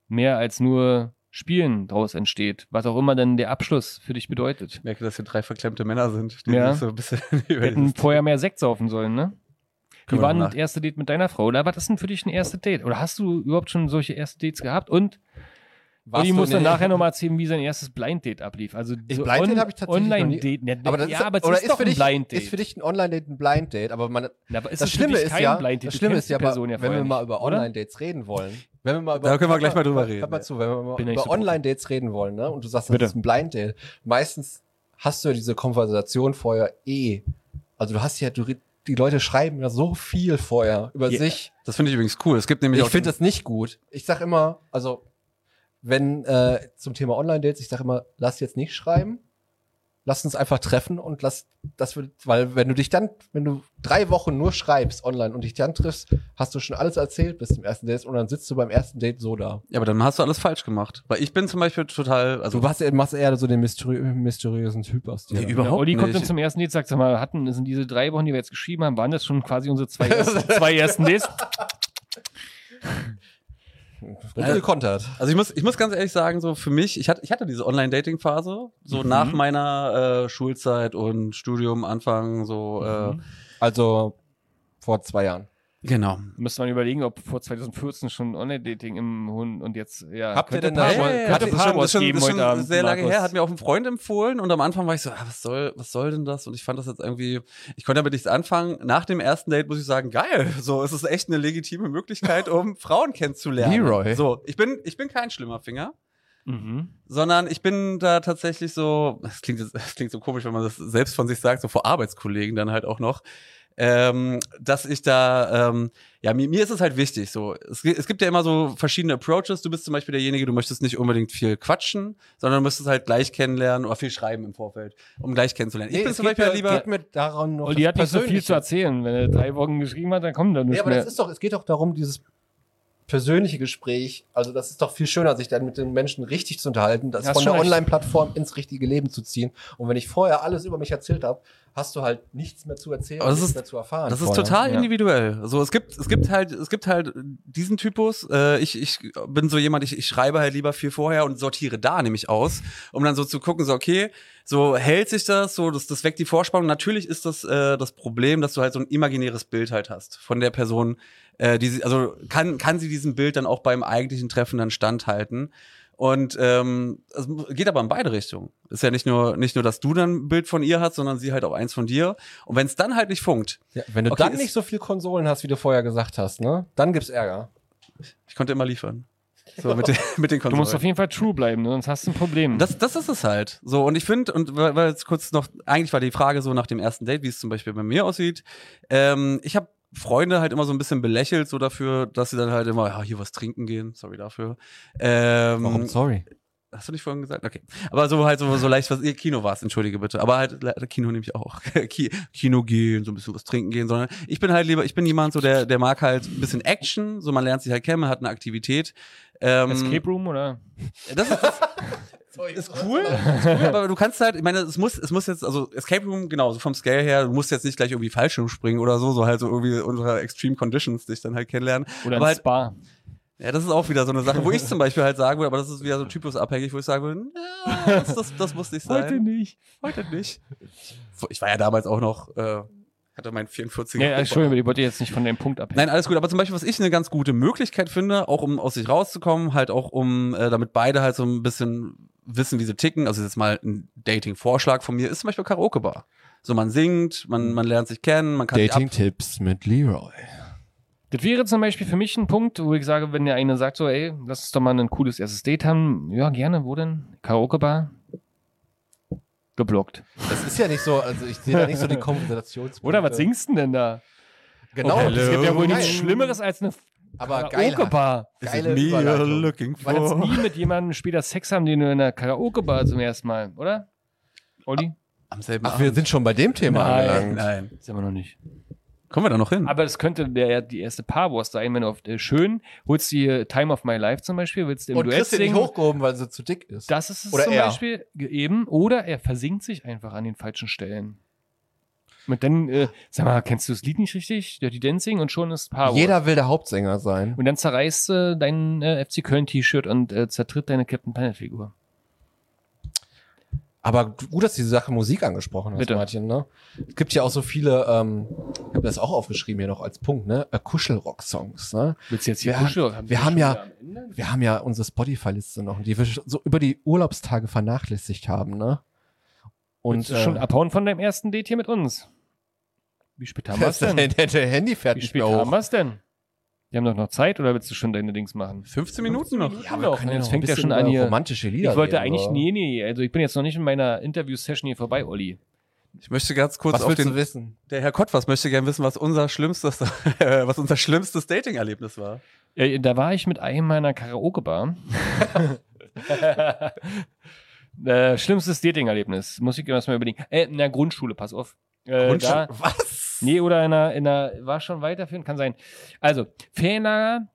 Speaker 3: mehr als nur Spielen draus entsteht, was auch immer dann der Abschluss für dich bedeutet.
Speaker 2: Ich merke, dass hier drei verklemmte Männer sind, die
Speaker 3: Ja.
Speaker 2: sich so ein bisschen [laughs]
Speaker 3: Wir
Speaker 2: über
Speaker 3: hätten
Speaker 2: dieses-
Speaker 3: vorher mehr Sekt saufen sollen, ne? Wie
Speaker 2: Können wir
Speaker 3: war denn
Speaker 2: noch
Speaker 3: das erste Date mit deiner Frau? Oder was ist denn für dich ein erstes Date? Oder hast du überhaupt schon solche erste Dates gehabt? Und Olli muss dann nachher nochmal erzählen, wie sein erstes Blind Date ablief. Also
Speaker 1: Ich- Blind Date hab ich tatsächlich noch nie-
Speaker 3: Online Date. Ne,
Speaker 1: aber das
Speaker 3: ja,
Speaker 1: ist,
Speaker 3: aber es
Speaker 1: oder
Speaker 3: ist, doch
Speaker 1: für
Speaker 3: ein
Speaker 1: dich,
Speaker 3: Blind Date.
Speaker 1: Ist für dich ein Online-Date ein Blind-Date, aber man,
Speaker 3: Na, aber ist
Speaker 1: das
Speaker 3: für
Speaker 1: Schlimme
Speaker 3: dich
Speaker 1: ist
Speaker 3: kein
Speaker 1: ja,
Speaker 3: Blind Date?
Speaker 1: das
Speaker 3: Du
Speaker 1: Schlimme
Speaker 3: kennst
Speaker 1: ist
Speaker 3: die
Speaker 1: ja, aber,
Speaker 3: Person ja
Speaker 1: wenn wir
Speaker 3: vorher
Speaker 1: mal
Speaker 3: nicht,
Speaker 1: über
Speaker 3: oder?
Speaker 1: Online-Dates reden wollen. Wenn wir mal über,
Speaker 2: Da können wir
Speaker 1: hört
Speaker 2: gleich
Speaker 1: mal-
Speaker 2: mal drüber
Speaker 1: hört-
Speaker 2: reden,
Speaker 1: Hört mal
Speaker 2: ja.
Speaker 1: zu, wenn wir mal
Speaker 3: Bin ja nicht
Speaker 1: über
Speaker 3: so Profi.
Speaker 1: Online-Dates reden wollen, ne? Und du sagst, das
Speaker 3: Bitte.
Speaker 1: ist ein Blind-Date. Meistens hast du ja diese Konversation vorher eh. Also du hast ja, du, red- die Leute schreiben ja so viel vorher über
Speaker 3: Ja.
Speaker 1: sich.
Speaker 2: Das finde ich übrigens cool. Es gibt nämlich
Speaker 1: Ich
Speaker 2: auch
Speaker 1: finde das nicht gut. Ich sag immer, also wenn äh, zum Thema Online-Dates, ich sag immer, lass jetzt nicht schreiben, lass uns einfach treffen und lass das wird, weil wenn du dich dann, wenn du drei Wochen nur schreibst online und dich dann triffst, hast du schon alles erzählt bis zum ersten Date und dann sitzt du beim ersten Date so da.
Speaker 2: Ja, aber dann hast du alles falsch gemacht. Weil ich bin zum Beispiel total, also
Speaker 1: Du warst, machst eher so den mysteri mysteriösen Typ aus dir.
Speaker 2: nee,
Speaker 3: Ja,
Speaker 2: überhaupt
Speaker 3: Genau, Olli kommt dann
Speaker 2: nicht.
Speaker 3: zum ersten Date
Speaker 1: [laughs]
Speaker 3: und sagt, sag mal, hatten, sind diese drei Wochen, die wir jetzt geschrieben haben, waren das schon quasi unsere zwei, ersten, zwei ersten Dates?
Speaker 1: Und gekontert.
Speaker 2: Also ich muss, ich muss ganz ehrlich sagen, so für mich, ich hatte, ich hatte diese Online-Dating-Phase, so
Speaker 3: Mhm.
Speaker 2: nach meiner äh, Schulzeit und Studium, Anfang, so.
Speaker 1: Äh.
Speaker 3: Mhm.
Speaker 1: Also vor zwei Jahren.
Speaker 2: Äh, genau.
Speaker 3: Müsste man überlegen, ob vor 2014 schon Online-Dating im Hund und jetzt, ja.
Speaker 1: Habt ihr
Speaker 3: könnte
Speaker 1: denn
Speaker 3: ein
Speaker 1: da
Speaker 3: paar-
Speaker 1: schon-
Speaker 3: könnte
Speaker 1: habt
Speaker 3: ein
Speaker 1: ihr-
Speaker 3: paar
Speaker 2: das
Speaker 3: Shows
Speaker 2: ist schon,
Speaker 3: geben
Speaker 2: das ist schon
Speaker 3: heute Abend,
Speaker 2: sehr lange
Speaker 3: Markus.
Speaker 2: her, hat mir auch ein Freund empfohlen und am Anfang war ich so, ah, was soll, was soll denn das? Und ich fand das jetzt irgendwie, ich konnte damit nichts anfangen. Nach dem ersten Date muss ich sagen, geil, so, es ist echt eine
Speaker 3: [laughs]
Speaker 2: legitime Möglichkeit, um Frauen kennenzulernen.
Speaker 1: Leroy.
Speaker 2: So, ich bin, ich bin kein schlimmer Finger.
Speaker 3: Mhm.
Speaker 2: sondern ich bin da tatsächlich so, das klingt, jetzt- [laughs] das klingt so komisch, wenn man das selbst von sich sagt, so vor Arbeitskollegen dann halt auch noch, ähm, dass ich da, ähm, ja, mir, mir ist es halt wichtig, so, es, gi- es gibt ja immer so verschiedene Approaches, du bist zum Beispiel derjenige, du möchtest nicht unbedingt viel quatschen, sondern du müsstest halt gleich kennenlernen oder viel schreiben im Vorfeld, um gleich kennenzulernen. Ich bin
Speaker 1: es
Speaker 2: zum
Speaker 1: geht
Speaker 2: Beispiel halt
Speaker 1: mir,
Speaker 2: lieber,
Speaker 1: geht mir daran noch
Speaker 3: Und die
Speaker 1: das
Speaker 3: hat nicht so viel
Speaker 1: Persönliche.
Speaker 3: zu erzählen. Wenn er drei Wochen geschrieben hat, dann kommt er nicht
Speaker 1: Ja, aber
Speaker 3: mehr.
Speaker 1: das ist doch, es geht doch darum, dieses persönliche Gespräch, also das ist doch viel schöner, sich dann mit den Menschen richtig zu unterhalten, das
Speaker 3: Hast
Speaker 1: von
Speaker 3: schon
Speaker 1: der
Speaker 3: recht.
Speaker 1: Online-Plattform ins richtige Leben zu ziehen. Und wenn ich vorher alles über mich erzählt habe, hast du halt nichts mehr zu erzählen,
Speaker 2: Aber das
Speaker 1: nichts
Speaker 2: ist-
Speaker 1: mehr zu erfahren.
Speaker 2: Das ist
Speaker 1: vorher.
Speaker 2: total
Speaker 3: Ja.
Speaker 2: individuell. So, es gibt, es gibt halt, es gibt halt diesen Typus. Äh, ich, ich bin so jemand, ich, ich schreibe halt lieber viel vorher und sortiere da nämlich aus, um dann so zu gucken, so, okay, so hält sich das, so, das, das weckt die Vorspannung. Natürlich ist das, äh, das Problem, dass du halt so ein imaginäres Bild halt hast von der Person, äh, die sie, also kann, kann sie diesem Bild dann auch beim eigentlichen Treffen dann standhalten. Und ähm, es geht aber in beide Richtungen. Ist ja nicht nur, nicht nur, dass du dann ein Bild von ihr hast, sondern sie halt auch eins von dir. Und wenn es dann halt nicht funkt,
Speaker 1: Ja, wenn du
Speaker 2: Okay,
Speaker 1: dann
Speaker 2: es-
Speaker 1: nicht so viel Konsolen hast, wie du vorher gesagt hast, ne, dann gibt's Ärger.
Speaker 2: Ich konnte immer liefern. So mit den, mit den
Speaker 3: Du musst auf
Speaker 2: Konsolen.
Speaker 3: jeden Fall true bleiben, ne? sonst hast du ein Problem.
Speaker 2: Das, das ist es halt. So, und ich finde, und weil weil jetzt kurz noch, eigentlich war die Frage so nach dem ersten Date, wie es zum Beispiel bei mir aussieht. Ähm, ich habe Freunde halt immer so ein bisschen belächelt, so dafür, dass sie dann halt immer, ja, hier was trinken gehen, sorry dafür. Ähm,
Speaker 1: Sorry.
Speaker 2: Hast du nicht vorhin gesagt? Okay. Aber so halt so, so leicht, was ihr Kino warst, entschuldige bitte. Aber halt, le- Kino nehme ich auch. [laughs] Ki- Kino gehen, so ein bisschen was trinken gehen, sondern ich bin halt lieber, ich bin jemand so, der, der mag halt ein bisschen Action, so man lernt sich halt kennen, man hat eine Aktivität. Ähm,
Speaker 3: Escape Room, oder?
Speaker 2: Das ist, ist cool, ist cool, aber du kannst halt, ich meine, es muss, es muss jetzt, also Escape Room, genau, so vom Scale her, du musst jetzt nicht gleich irgendwie Fallschirm springen oder so, so halt so irgendwie unter Extreme Conditions dich dann halt kennenlernen.
Speaker 3: Oder
Speaker 2: aber
Speaker 3: ein
Speaker 2: halt,
Speaker 3: Spa.
Speaker 2: ja, das ist auch wieder so eine Sache, wo ich zum Beispiel halt sagen würde, aber das ist wieder so typusabhängig, wo ich sagen würde, ja, das, das, das muss nicht sein.
Speaker 3: nicht.
Speaker 2: Heute nicht. Ich war ja damals auch noch, äh, hatte mein 44er.
Speaker 3: Nee, äh, Entschuldigung, ich wollte jetzt nicht von dem Punkt abhängen.
Speaker 2: Nein, alles gut. Aber zum Beispiel, was ich eine ganz gute Möglichkeit finde, auch um aus sich rauszukommen, halt auch um, äh, damit beide halt so ein bisschen wissen, wie sie ticken. Also jetzt mal ein Dating-Vorschlag von mir ist zum Beispiel Karaoke-Bar. So man singt, man, man lernt sich kennen, man kann sich ab-
Speaker 1: Dating-Tipps mit Leroy.
Speaker 3: Das wäre zum Beispiel für mich ein Punkt, wo ich sage, wenn der eine sagt so, ey, lass uns doch mal ein cooles erstes Date haben. Ja, gerne, wo denn? Karaoke-Bar? Geblockt.
Speaker 1: Das ist ja nicht so, also ich sehe da nicht so den Kompensationspunkt.
Speaker 3: Oder was Oh, singst du denn da?
Speaker 1: Genau. Ah,
Speaker 3: Okay,
Speaker 1: das
Speaker 3: es gibt ja wohl
Speaker 1: geil.
Speaker 3: nichts Schlimmeres als eine
Speaker 1: Aber
Speaker 3: Oh,
Speaker 1: geil.
Speaker 3: Karaoke-Bar. Oh.
Speaker 2: Is
Speaker 1: geile
Speaker 2: it me you're
Speaker 1: Überleitung.
Speaker 2: looking
Speaker 3: Du kannst
Speaker 2: for.
Speaker 3: nie mit jemandem später Sex haben, den du in einer Karaoke-Bar zum ersten Mal, oder? Olli?
Speaker 2: Am selben
Speaker 1: Ach, wir sind schon bei dem Thema
Speaker 3: Nein.
Speaker 1: angelangt.
Speaker 2: Nein.
Speaker 3: Ist aber noch nicht.
Speaker 2: Kommen wir da noch hin?
Speaker 3: Aber es könnte der, die erste Paar Wars sein, wenn du auf äh, schön holst die äh, Time of My Life zum Beispiel, willst du im
Speaker 1: Und
Speaker 3: Duett
Speaker 1: Chris ist nicht
Speaker 3: singen.
Speaker 1: hochgehoben, weil sie zu dick ist.
Speaker 3: Das ist es
Speaker 1: Oder
Speaker 3: zum
Speaker 1: er.
Speaker 3: Beispiel ge- eben. Oder er versinkt sich einfach an den falschen Stellen. Und dann, äh, sag mal, kennst du das Lied nicht richtig? Dirty Dancing und schon ist Paar Wars.
Speaker 1: Jeder will der Hauptsänger sein.
Speaker 3: Und dann zerreißt äh, dein äh, FC Köln-T-Shirt und äh, zertritt deine Captain Planet-Figur.
Speaker 1: Aber gut, dass du die Sache Musik angesprochen hast,
Speaker 3: Bitte.
Speaker 1: Martin. Ne? Es gibt ja auch so viele, ähm, ich habe das auch aufgeschrieben hier noch als Punkt, ne? Äh, Kuschelrock-Songs. Ne?
Speaker 3: Willst du jetzt
Speaker 1: Wir, haben, wir, haben ja, wir haben ja unsere Spotify-Liste noch, die wir so über die Urlaubstage vernachlässigt haben. Ne?
Speaker 3: Und
Speaker 1: Und
Speaker 3: du schon
Speaker 1: äh,
Speaker 3: abhauen von deinem ersten Date hier mit uns. Wie
Speaker 1: [laughs]
Speaker 3: spät haben
Speaker 1: [laughs]
Speaker 3: wir
Speaker 1: das,
Speaker 3: es denn?
Speaker 1: der, der Handy fährt
Speaker 3: Wie
Speaker 1: nicht
Speaker 3: spät
Speaker 1: mehr
Speaker 3: haben
Speaker 1: hoch.
Speaker 3: wir es denn? Wir haben doch noch Zeit oder willst du schon deine Dings machen?
Speaker 2: 15 Minuten noch.
Speaker 3: Ja, wir können jetzt
Speaker 1: noch ein
Speaker 3: fängt
Speaker 1: bisschen
Speaker 3: ja schon an
Speaker 1: über
Speaker 3: hier.
Speaker 1: romantische Lieder
Speaker 3: Ich wollte
Speaker 1: reden,
Speaker 3: eigentlich,
Speaker 1: so.
Speaker 3: nee, nee, also ich bin jetzt noch nicht in meiner Interview-Session hier vorbei, Olli.
Speaker 2: Ich möchte ganz kurz
Speaker 1: Was
Speaker 2: auf
Speaker 1: willst
Speaker 2: den
Speaker 1: du wissen?
Speaker 2: Der Herr Kottwas möchte gerne wissen, was unser schlimmstes, [laughs] was unser schlimmstes Dating-Erlebnis war.
Speaker 3: Äh, Da war ich mit einem
Speaker 1: [laughs]
Speaker 3: meiner Karaoke-Bar. äh, schlimmstes Dating-Erlebnis. Muss ich mir das mal überlegen. Äh, in der Grundschule, pass auf. Äh, Da,
Speaker 2: [laughs] was?
Speaker 3: nee, oder in einer, in einer, war schon weiterführend, kann sein. Also, Ferienlager,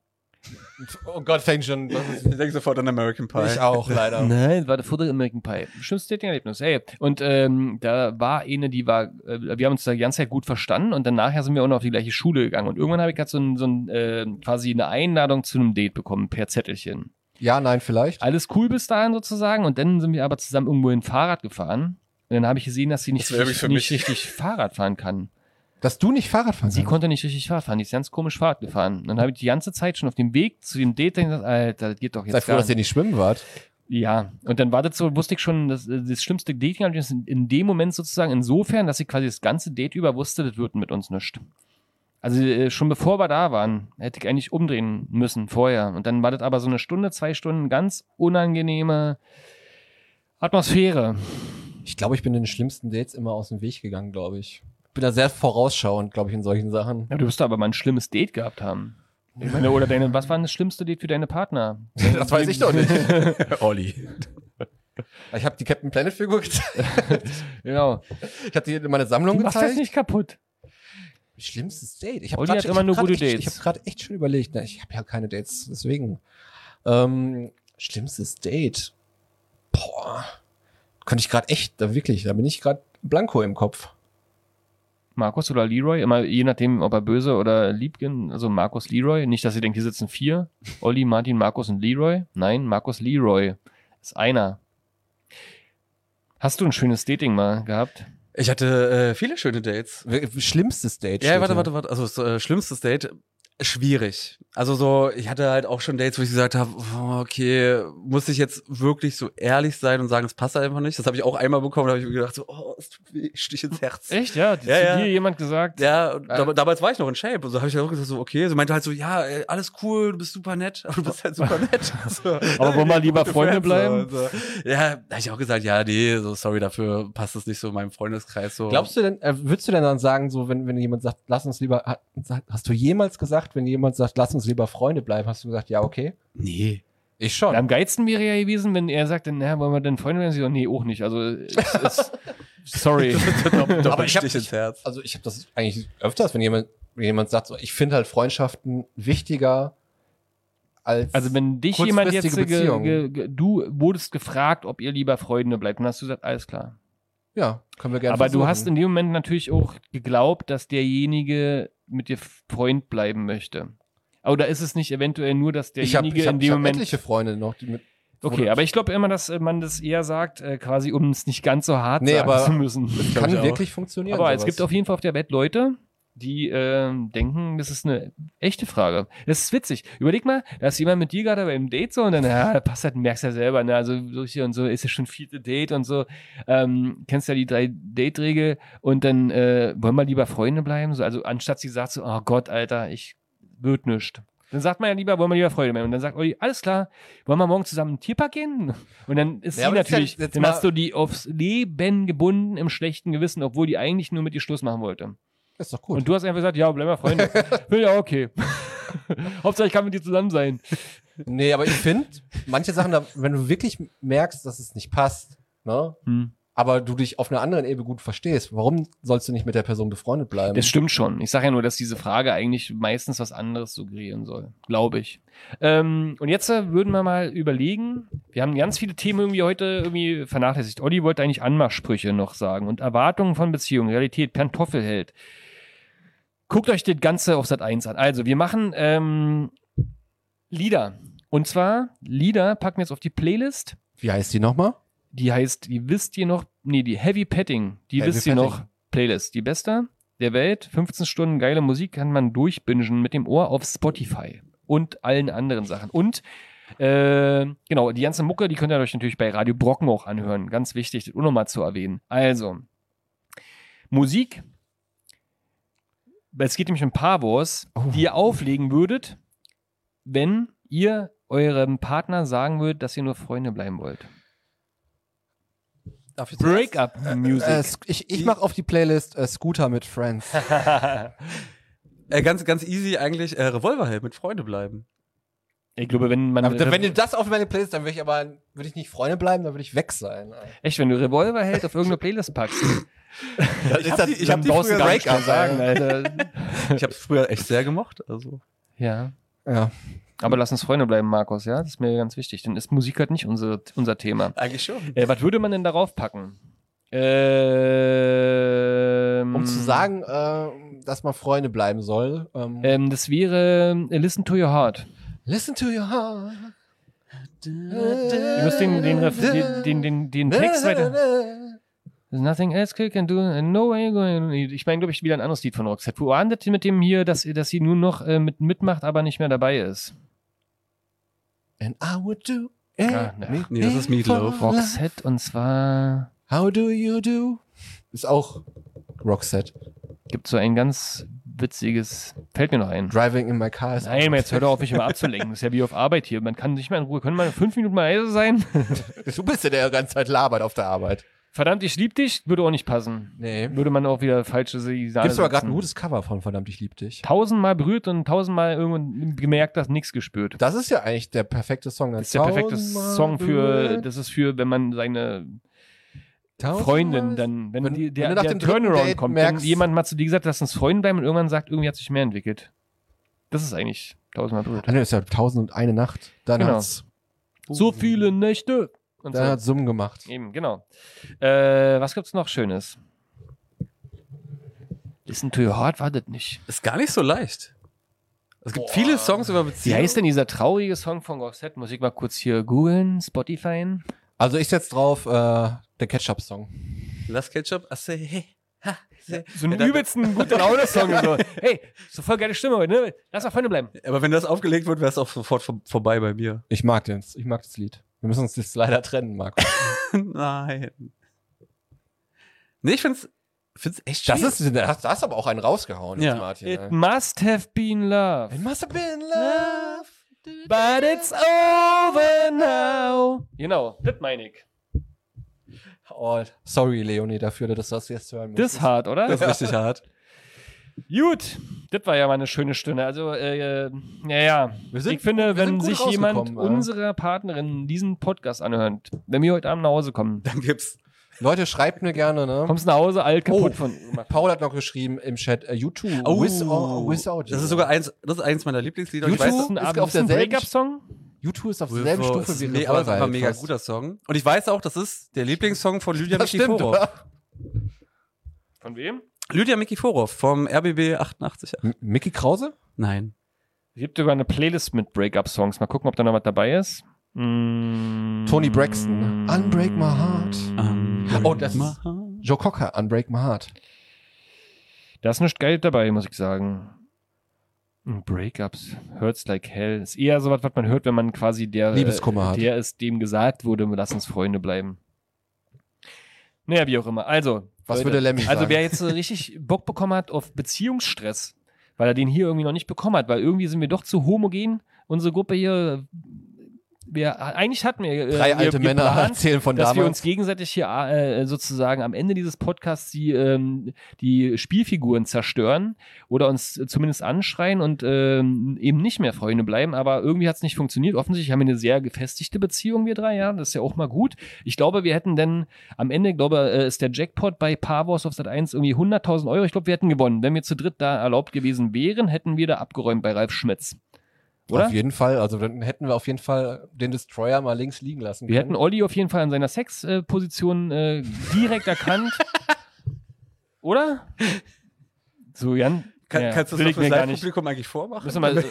Speaker 1: Oh Gott, fängt schon. Das ist
Speaker 2: Ich denke sofort an American Pie.
Speaker 1: ich auch, leider.
Speaker 3: Nein, war der Futter American Pie. Schönstes Dating-Erlebnis, ey. Und ähm, da war eine, die war, äh, wir haben uns da die ganze Zeit gut verstanden und dann nachher sind wir auch noch auf die gleiche Schule gegangen. Und irgendwann habe ich gerade so, ein, so ein, äh, quasi eine Einladung zu einem Date bekommen per Zettelchen.
Speaker 1: Ja, nein, vielleicht.
Speaker 3: Alles cool bis dahin sozusagen und dann sind wir aber zusammen irgendwo in Fahrrad gefahren. Und dann habe ich gesehen, dass sie nicht,
Speaker 2: Das wär
Speaker 3: richtig,
Speaker 2: für
Speaker 3: nicht
Speaker 2: mich. [laughs]
Speaker 3: richtig Fahrrad fahren kann.
Speaker 1: Dass du nicht Fahrrad fahren
Speaker 3: Sie
Speaker 1: kannst.
Speaker 3: konnte nicht richtig Fahrrad fahren, die ist ganz komisch Fahrrad gefahren. Und dann habe ich die ganze Zeit schon auf dem Weg zu dem Date gedacht, Alter, das geht doch jetzt
Speaker 1: Sei froh,
Speaker 3: gar
Speaker 1: dass ihr nicht schwimmen wart.
Speaker 3: ja, und dann war das so, wusste ich schon, das, das schlimmste Dating Erlebnis in, in dem Moment sozusagen, insofern, dass ich quasi das ganze Date über wusste, das wird mit uns nichts. Also äh, schon bevor wir da waren, hätte ich eigentlich umdrehen müssen vorher. Und dann war das aber so eine Stunde, zwei Stunden ganz unangenehme Atmosphäre.
Speaker 1: Ich glaube, ich bin den schlimmsten Dates immer aus dem Weg gegangen, glaube ich. Bin da sehr vorausschauend, glaube ich, in solchen Sachen.
Speaker 3: Ja, du wirst da aber mal ein schlimmes Date gehabt haben. Ich meine, oder deine, was war denn das schlimmste Date für deine Partner?
Speaker 1: [laughs] Das weiß ich doch
Speaker 3: [laughs]
Speaker 1: nicht.
Speaker 2: Olli.
Speaker 1: Ich habe die Captain Planet Figur [laughs] gezeigt.
Speaker 3: Genau.
Speaker 1: Ich habe die in meine Sammlung
Speaker 3: Du machst das
Speaker 1: gezeigt.
Speaker 3: nicht kaputt.
Speaker 1: Schlimmstes Date. Ich hab
Speaker 3: Olli
Speaker 1: grad
Speaker 3: hat
Speaker 1: schon-
Speaker 3: immer nur
Speaker 1: ich hab grad
Speaker 3: gute
Speaker 1: echt,
Speaker 3: Dates.
Speaker 1: Ich habe gerade echt schon überlegt. Ne? Ich habe ja keine Dates, deswegen. Ähm, schlimmstes Date. Boah. Könnte ich gerade echt, da wirklich, da bin ich gerade blanko im Kopf.
Speaker 3: Markus oder Leroy, immer je nachdem, ob er böse oder lieb gen- also Markus Leroy, nicht, dass ihr denkt, hier sitzen vier, Olli, Martin, Markus und Leroy. Nein, Markus Leroy ist einer. Hast du ein schönes Dating mal gehabt?
Speaker 2: Ich hatte äh, viele schöne Dates.
Speaker 1: W- Schlimmstes Date.
Speaker 2: Ja,
Speaker 1: steht
Speaker 2: warte,
Speaker 1: hier.
Speaker 2: warte, warte. Also das äh, schlimmstes Date, schwierig. Also so, ich hatte halt auch schon Dates, wo ich gesagt habe, oh, okay, muss ich jetzt wirklich so ehrlich sein und sagen, es passt einfach nicht. Das habe ich auch einmal bekommen, da habe ich mir gedacht, so, oh, es tut weh, Stich ins Herz.
Speaker 3: Echt, ja? Hat
Speaker 2: Ja,
Speaker 3: zu
Speaker 2: ja.
Speaker 3: dir jemand gesagt?
Speaker 2: Ja, und dam- damals war ich noch in Shape. Also habe ich auch gesagt, so, okay. Sie meinte halt so, ja, ey, alles cool, du bist super nett. [laughs] Aber du bist halt super
Speaker 3: [laughs]
Speaker 2: nett. So,
Speaker 3: Aber wollen wir lieber
Speaker 2: Gute also.
Speaker 3: Freunde bleiben?
Speaker 2: Friends, So, so. Ja, da habe ich auch gesagt, ja, nee, so sorry dafür, passt es nicht so in meinem Freundeskreis. So.
Speaker 1: Glaubst du denn, äh, würdest du denn dann sagen, so, wenn, wenn jemand sagt, lass uns lieber, hat- hast du jemals gesagt, wenn jemand sagt, lass uns lieber Freunde bleiben, hast du gesagt, ja, okay?
Speaker 2: Nee.
Speaker 1: Ich
Speaker 3: Und
Speaker 1: schon.
Speaker 3: am geilsten wäre ja gewesen, wenn er sagt, na, wollen wir denn Freunde werden? Sie so, nee, auch nicht. Also, es ist,
Speaker 2: [laughs]
Speaker 3: sorry.
Speaker 2: Aber
Speaker 1: ich
Speaker 2: ich
Speaker 1: hab-
Speaker 2: Stich ins Herz.
Speaker 1: also ich habe das eigentlich öfters, wenn jemand, wenn jemand sagt, so, ich finde halt Freundschaften wichtiger als.
Speaker 3: Also wenn dich jemand jetzt,
Speaker 1: Kurzfristige
Speaker 3: ge,
Speaker 1: Beziehung.
Speaker 3: ge, ge, du wurdest gefragt, ob ihr lieber Freunde bleibt, dann hast du gesagt, alles klar.
Speaker 1: ja, können wir gerne
Speaker 3: Aber du
Speaker 1: versuchen.
Speaker 3: hast in dem Moment natürlich auch geglaubt, dass derjenige mit dir Freund bleiben möchte. Oder ist es nicht eventuell nur, dass
Speaker 1: ich habe
Speaker 3: derjenige
Speaker 1: ich hab,
Speaker 3: in
Speaker 1: ich
Speaker 3: dem
Speaker 1: hab
Speaker 3: Moment.
Speaker 1: etliche Freunde noch, die mit.
Speaker 3: Okay, aber ich glaube immer, dass äh, man das eher sagt, äh, quasi um es nicht ganz so hart
Speaker 1: Nee,
Speaker 3: sagen
Speaker 1: aber-
Speaker 3: zu müssen.
Speaker 2: glaub
Speaker 1: kann
Speaker 2: ich auch.
Speaker 1: wirklich funktionieren.
Speaker 3: Aber
Speaker 1: sowas.
Speaker 3: es gibt auf jeden Fall auf der Welt Leute, die äh, denken, das ist eine echte Frage. Das ist witzig. Überleg mal, da ist jemand mit dir gerade beim Date so und dann, ja, da passt halt, merkst ja selber, ne, also so hier und so, ist ja schon vierte Date und so. Ähm, kennst ja die drei Date-Regel und dann äh, wollen wir lieber Freunde bleiben? So, also anstatt sie sagt so, oh Gott, Alter, ich wird nichts. Dann sagt man ja lieber, wollen wir lieber Freunde bleiben. Und dann sagt Olli, alles klar, wollen wir morgen zusammen in den Tierpark gehen? Und dann ist
Speaker 1: Ja,
Speaker 3: sie
Speaker 1: aber das ist ja
Speaker 3: natürlich,
Speaker 1: jetzt
Speaker 3: dann
Speaker 1: mal-
Speaker 3: hast du die aufs Leben gebunden im schlechten Gewissen, obwohl die eigentlich nur mit dir Schluss machen wollte.
Speaker 1: Ist doch gut.
Speaker 3: Und du hast einfach gesagt, ja, bleib
Speaker 1: [laughs]
Speaker 3: mal Freunde. ja, okay. [laughs] Hauptsache, ich kann mit dir zusammen sein.
Speaker 1: nee, aber ich finde, manche Sachen, da, wenn du wirklich merkst, dass es nicht passt, ne? Aber du dich auf einer anderen Ebene gut verstehst. Warum sollst du nicht mit der Person befreundet bleiben?
Speaker 3: Das stimmt schon. Ich sage ja nur, dass diese Frage eigentlich meistens was anderes suggerieren soll. Glaube ich. Ähm, und jetzt äh, würden wir mal überlegen, wir haben ganz viele Themen irgendwie heute irgendwie vernachlässigt. Olli wollte eigentlich Anmachsprüche noch sagen und Erwartungen von Beziehungen, Realität, Pantoffelheld. Guckt euch das Ganze auf Sat 1 an. Also, wir machen ähm, Lieder. Und zwar, Lieder packen wir jetzt auf die Playlist.
Speaker 1: Wie heißt die nochmal?
Speaker 3: Die heißt, die wisst ihr noch, nee, die Heavy Petting, die
Speaker 1: Heavy
Speaker 3: wisst ihr
Speaker 1: Petting.
Speaker 3: noch, Playlist, die beste der Welt. 15 Stunden geile Musik kann man durchbingen mit dem Ohr auf Spotify und allen anderen Sachen. Und äh, genau, die ganze Mucke, die könnt ihr euch natürlich bei Radio Brocken auch anhören. Ganz wichtig, das auch nochmal zu erwähnen. Also, Musik. Es geht nämlich um Paar Wars,
Speaker 1: Oh.
Speaker 3: die ihr auflegen würdet, wenn ihr eurem Partner sagen würdet, dass ihr nur Freunde bleiben wollt.
Speaker 2: Darf ich zuerst?
Speaker 1: Äh,
Speaker 3: Break-up-Music.
Speaker 1: Sc- ich ich mache auf die Playlist äh, Scooter mit Friends.
Speaker 2: [laughs] Äh, ganz, ganz easy eigentlich äh, Revolverheld mit Freunde bleiben.
Speaker 3: ich glaube, wenn man.
Speaker 1: Aber wenn du das auf meine Playlist, dann würde ich aber würde ich nicht Freunde bleiben, dann würde ich weg sein.
Speaker 3: echt, wenn du Revolver hält auf irgendeine Playlist packst,
Speaker 2: Ich hab die- ich hab
Speaker 3: dann
Speaker 2: die
Speaker 3: brauchst du
Speaker 2: früher
Speaker 3: gar nicht
Speaker 2: Break-up
Speaker 3: mehr sagen, Alter.
Speaker 2: Ich habe es früher echt sehr gemocht. Also.
Speaker 3: ja.
Speaker 1: Ja.
Speaker 3: Aber lass uns Freunde bleiben, Markus, ja? Das ist mir ganz wichtig. Denn ist Musik halt nicht unser, unser Thema.
Speaker 2: Eigentlich schon.
Speaker 3: Äh, was würde man denn darauf packen? Ähm,
Speaker 1: Um zu sagen, äh, dass man Freunde bleiben soll. Ähm,
Speaker 3: Ähm, das wäre äh, Listen to Your Heart.
Speaker 1: Listen to your heart.
Speaker 3: Ihr müsst den, den, Ref- den, den, den, den Text weiter. There's nothing else you can do, and no way you're going. Ich meine, glaube ich, wieder ein anderes Lied von Roxette. Wo ahndet ihr mit dem hier, dass, dass sie nur noch äh, mit, mitmacht, aber nicht mehr dabei ist?
Speaker 1: And I would do
Speaker 3: Ah, ne.
Speaker 1: anything
Speaker 2: Nee, das ist Meatloaf.
Speaker 1: for love.
Speaker 3: Roxette und zwar
Speaker 1: How do you do? Ist auch Roxette.
Speaker 3: gibt so ein ganz witziges, fällt mir noch ein.
Speaker 1: Driving in my car ist
Speaker 3: Nein, jetzt hör doch auf, mich immer abzulenken. Das ist ja wie auf Arbeit hier. Man kann nicht mehr in Ruhe. Können wir fünf Minuten mal leise sein?
Speaker 1: [laughs] Du bist ja der die ganze Zeit labert auf der Arbeit.
Speaker 3: Verdammt, ich lieb dich, würde auch nicht passen.
Speaker 1: Nee.
Speaker 3: Würde man auch wieder falsche Signale
Speaker 1: Gibt's aber
Speaker 3: setzen.
Speaker 1: gerade ein gutes Cover von Verdammt, ich lieb dich.
Speaker 3: Tausendmal berührt und tausendmal irgendwann gemerkt, dass nichts gespürt.
Speaker 1: Das ist ja eigentlich der perfekte Song.
Speaker 3: Das ist der perfekte Song für, das ist für, wenn man seine Freundin dann, wenn,
Speaker 1: Wenn-
Speaker 3: die, der,
Speaker 1: wenn du nach
Speaker 3: der
Speaker 1: dem dritten
Speaker 3: Turnaround
Speaker 1: Date
Speaker 3: kommt,
Speaker 1: merkst-
Speaker 3: wenn jemand mal zu dir gesagt hat, lass uns Freunde bleiben und irgendwann sagt, irgendwie hat sich mehr entwickelt. Das ist eigentlich tausendmal berührt.
Speaker 1: Dann ist ja tausend und eine Nacht. Dann
Speaker 3: Genau.
Speaker 1: hat's,
Speaker 3: So viele Nächte. Und
Speaker 1: dann hat's Summen gemacht.
Speaker 3: Eben, genau. Äh, was gibt's noch Schönes? Listen to your heart war das nicht.
Speaker 2: Ist gar nicht so leicht. Es gibt viele Songs über
Speaker 3: Wie
Speaker 2: Beziehungen.
Speaker 3: heißt denn dieser traurige Song von Roxette? Muss ich mal kurz hier googeln, Spotify.
Speaker 1: Also ich setz drauf äh, der Ketchup-Song.
Speaker 2: Last Ketchup. I say, hey. Ha, say.
Speaker 3: So einen
Speaker 2: Ja, da-
Speaker 3: übelsten gute Laune-Song. [laughs] So. Hey, so voll geile Stimme heute, ne? Lass mal Freunde bleiben.
Speaker 2: Aber wenn das aufgelegt wird, wäre es auch sofort vor- vorbei bei mir. [laughs]
Speaker 1: Ich mag den. Ich mag das Lied. Wir müssen uns jetzt leider trennen,
Speaker 3: [laughs]
Speaker 1: Marco.
Speaker 2: Nein. Nee, ich find's, find's echt
Speaker 1: Das
Speaker 2: schwierig.
Speaker 1: ist, da hast, da hast aber auch einen rausgehauen,
Speaker 2: Ja.
Speaker 1: jetzt, Martin.
Speaker 3: It
Speaker 1: ey.
Speaker 3: must have been love.
Speaker 1: It must have been love.
Speaker 3: But it's over now. Genau, das meine ich.
Speaker 1: Oh, sorry, Leonie, dafür, dass du das jetzt hören musst.
Speaker 3: Das ist hart, oder?
Speaker 2: das [laughs] ist richtig hart.
Speaker 3: Gut, das war ja mal eine schöne Stunde. Also, äh, naja,
Speaker 1: Wir sind-
Speaker 3: ich finde,
Speaker 1: wir sind
Speaker 3: wenn
Speaker 1: gut
Speaker 3: sich jemand
Speaker 1: rausgekommen, äh.
Speaker 3: unserer Partnerin diesen Podcast anhört, wenn wir heute Abend nach Hause kommen,
Speaker 2: Dann gibt's.
Speaker 1: Leute, schreibt mir gerne, ne?
Speaker 3: kommst du nach Hause alt kaputt
Speaker 1: Oh.
Speaker 3: von.
Speaker 1: Paul hat noch geschrieben im Chat, äh, YouTube,
Speaker 2: Oh.
Speaker 1: with or without you.
Speaker 2: Das ist sogar eins, das ist eins meiner Lieblingslieder.
Speaker 1: You
Speaker 2: Ich weiß,
Speaker 1: too?
Speaker 2: dass-
Speaker 1: ist
Speaker 3: Abend-
Speaker 1: auf
Speaker 3: ist ein
Speaker 1: derselben
Speaker 3: Breakup-Song?
Speaker 1: YouTube ist auf
Speaker 2: Will
Speaker 1: derselben
Speaker 2: Ferrell
Speaker 1: Stufe
Speaker 2: ist
Speaker 1: wie
Speaker 2: me-
Speaker 1: Revolver
Speaker 2: aber es war ein
Speaker 1: halt
Speaker 2: mega
Speaker 1: fast.
Speaker 2: guter Song. Und ich weiß auch, das ist der Lieblingssong von Lydia
Speaker 1: Das stimmt,
Speaker 2: Mikiforov.
Speaker 1: oder?
Speaker 3: Von wem?
Speaker 2: Lydia Mikiforov vom RBB 88.
Speaker 1: M- Mickey Krause?
Speaker 2: Nein.
Speaker 3: Es gibt sogar eine Playlist mit Breakup-Songs. Mal gucken, ob da noch was dabei ist. Mm.
Speaker 1: Tony Braxton, Ah, Unbreak My Heart. Oh, das ist-
Speaker 2: Ähm, Mama.
Speaker 1: Joe Cocker, Unbreak My Heart.
Speaker 3: Da ist nichts Geld dabei, muss ich sagen. Breakups, hurts like hell. Ist eher sowas, was man hört, wenn man quasi der,
Speaker 1: Liebeskummer hat.
Speaker 3: der ist, dem gesagt wurde, lass uns Freunde bleiben. Naja, wie auch immer. Also,
Speaker 1: Was
Speaker 3: Leute,
Speaker 1: würde Lemmy
Speaker 3: Also,
Speaker 1: sagen?
Speaker 3: wer jetzt so richtig Bock bekommen hat auf Beziehungsstress, weil er den hier irgendwie noch nicht bekommen hat, weil irgendwie sind wir doch zu homogen. Unsere Gruppe hier, wir, eigentlich hatten wir äh,
Speaker 1: Drei
Speaker 3: wir,
Speaker 1: alte Männer
Speaker 3: geplant,
Speaker 1: erzählen von
Speaker 3: dass wir uns
Speaker 1: damals.
Speaker 3: gegenseitig hier äh, sozusagen am Ende dieses Podcasts die, ähm, die Spielfiguren zerstören oder uns zumindest anschreien und ähm, eben nicht mehr Freunde bleiben. Aber irgendwie hat es nicht funktioniert. Offensichtlich haben wir eine sehr gefestigte Beziehung, wir drei, ja. Das ist ja auch mal gut. Ich glaube, wir hätten dann am Ende, glaube äh, ist der Jackpot bei Paar Wars auf Sat 1 irgendwie 100.000 Euro. Ich glaube, wir hätten gewonnen. Wenn wir zu dritt da erlaubt gewesen wären, hätten wir da abgeräumt bei Ralf Schmitz. Oder?
Speaker 1: Auf jeden Fall. Also dann hätten wir auf jeden Fall den Destroyer mal links liegen lassen
Speaker 3: Wir
Speaker 1: können.
Speaker 3: hätten Olli auf jeden Fall an seiner Sexposition äh, direkt erkannt. Oder? So, Jan.
Speaker 2: Kann,
Speaker 3: ja,
Speaker 2: kannst du
Speaker 3: will
Speaker 2: das
Speaker 3: ich
Speaker 2: fürs
Speaker 3: mir gar nicht.
Speaker 2: Live-Publikum eigentlich vormachen?
Speaker 3: Müssen wir mal,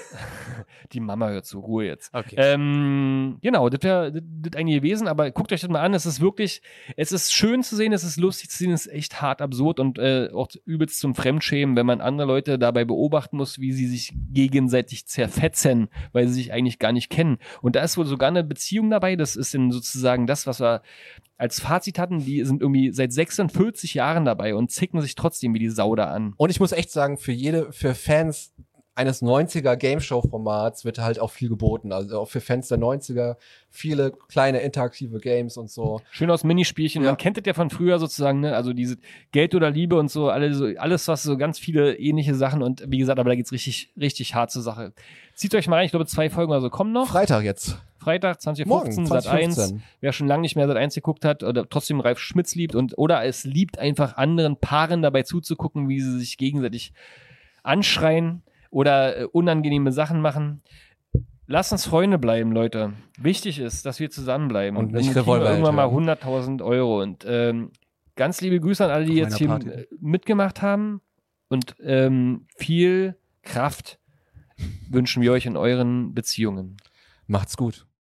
Speaker 3: [laughs] die Mama hört zu, Ruhe jetzt.
Speaker 2: Okay.
Speaker 3: Ähm, genau, das wäre das eigentlich gewesen, aber guckt euch das mal an. Es ist wirklich, es ist schön zu sehen, es ist lustig zu sehen, es ist echt hart absurd und äh, auch übelst zum Fremdschämen, wenn man andere Leute dabei beobachten muss, wie sie sich gegenseitig zerfetzen, weil sie sich eigentlich gar nicht kennen. Und da ist wohl sogar eine Beziehung dabei, das ist dann sozusagen das, was wir als Fazit hatten, die sind irgendwie seit 46 Jahren dabei und zicken sich trotzdem wie die Sau da an.
Speaker 1: Und ich muss echt sagen, für jede, für Fans eines 90er Game Show Formats wird halt auch viel geboten. Also auch für Fans der 90er viele kleine interaktive Games und so.
Speaker 3: Schön aus Minispielchen.
Speaker 1: Ja.
Speaker 3: Man kennt das ja von früher sozusagen, ne? Also diese Geld oder Liebe und so, alle so, alles, was so ganz viele ähnliche Sachen und wie gesagt, aber da geht's richtig, richtig hart zur Sache. Zieht euch mal rein, ich glaube, zwei Folgen oder so kommen noch.
Speaker 1: Freitag jetzt.
Speaker 3: Freitag, 20.15 Uhr,
Speaker 1: Morgen,
Speaker 3: Sat 1.
Speaker 1: 2015.
Speaker 3: Wer schon lange nicht mehr Sat 1 geguckt hat oder trotzdem Ralf Schmitz liebt und oder es liebt einfach anderen Paaren dabei zuzugucken, wie sie sich gegenseitig anschreien oder äh, unangenehme Sachen machen. Lasst uns Freunde bleiben, Leute. Wichtig ist, dass wir zusammenbleiben.
Speaker 1: Und
Speaker 3: Dann
Speaker 1: nicht
Speaker 3: kriegen wir
Speaker 1: Revolver
Speaker 3: Irgendwann mal
Speaker 1: hält,
Speaker 3: 100.000 Euro. Und ähm, ganz liebe Grüße an alle, die
Speaker 2: Auf
Speaker 3: jetzt hier
Speaker 2: meiner Party.
Speaker 3: äh, mitgemacht haben. Und ähm, viel Kraft wünschen wir euch in euren Beziehungen.
Speaker 1: Macht's gut.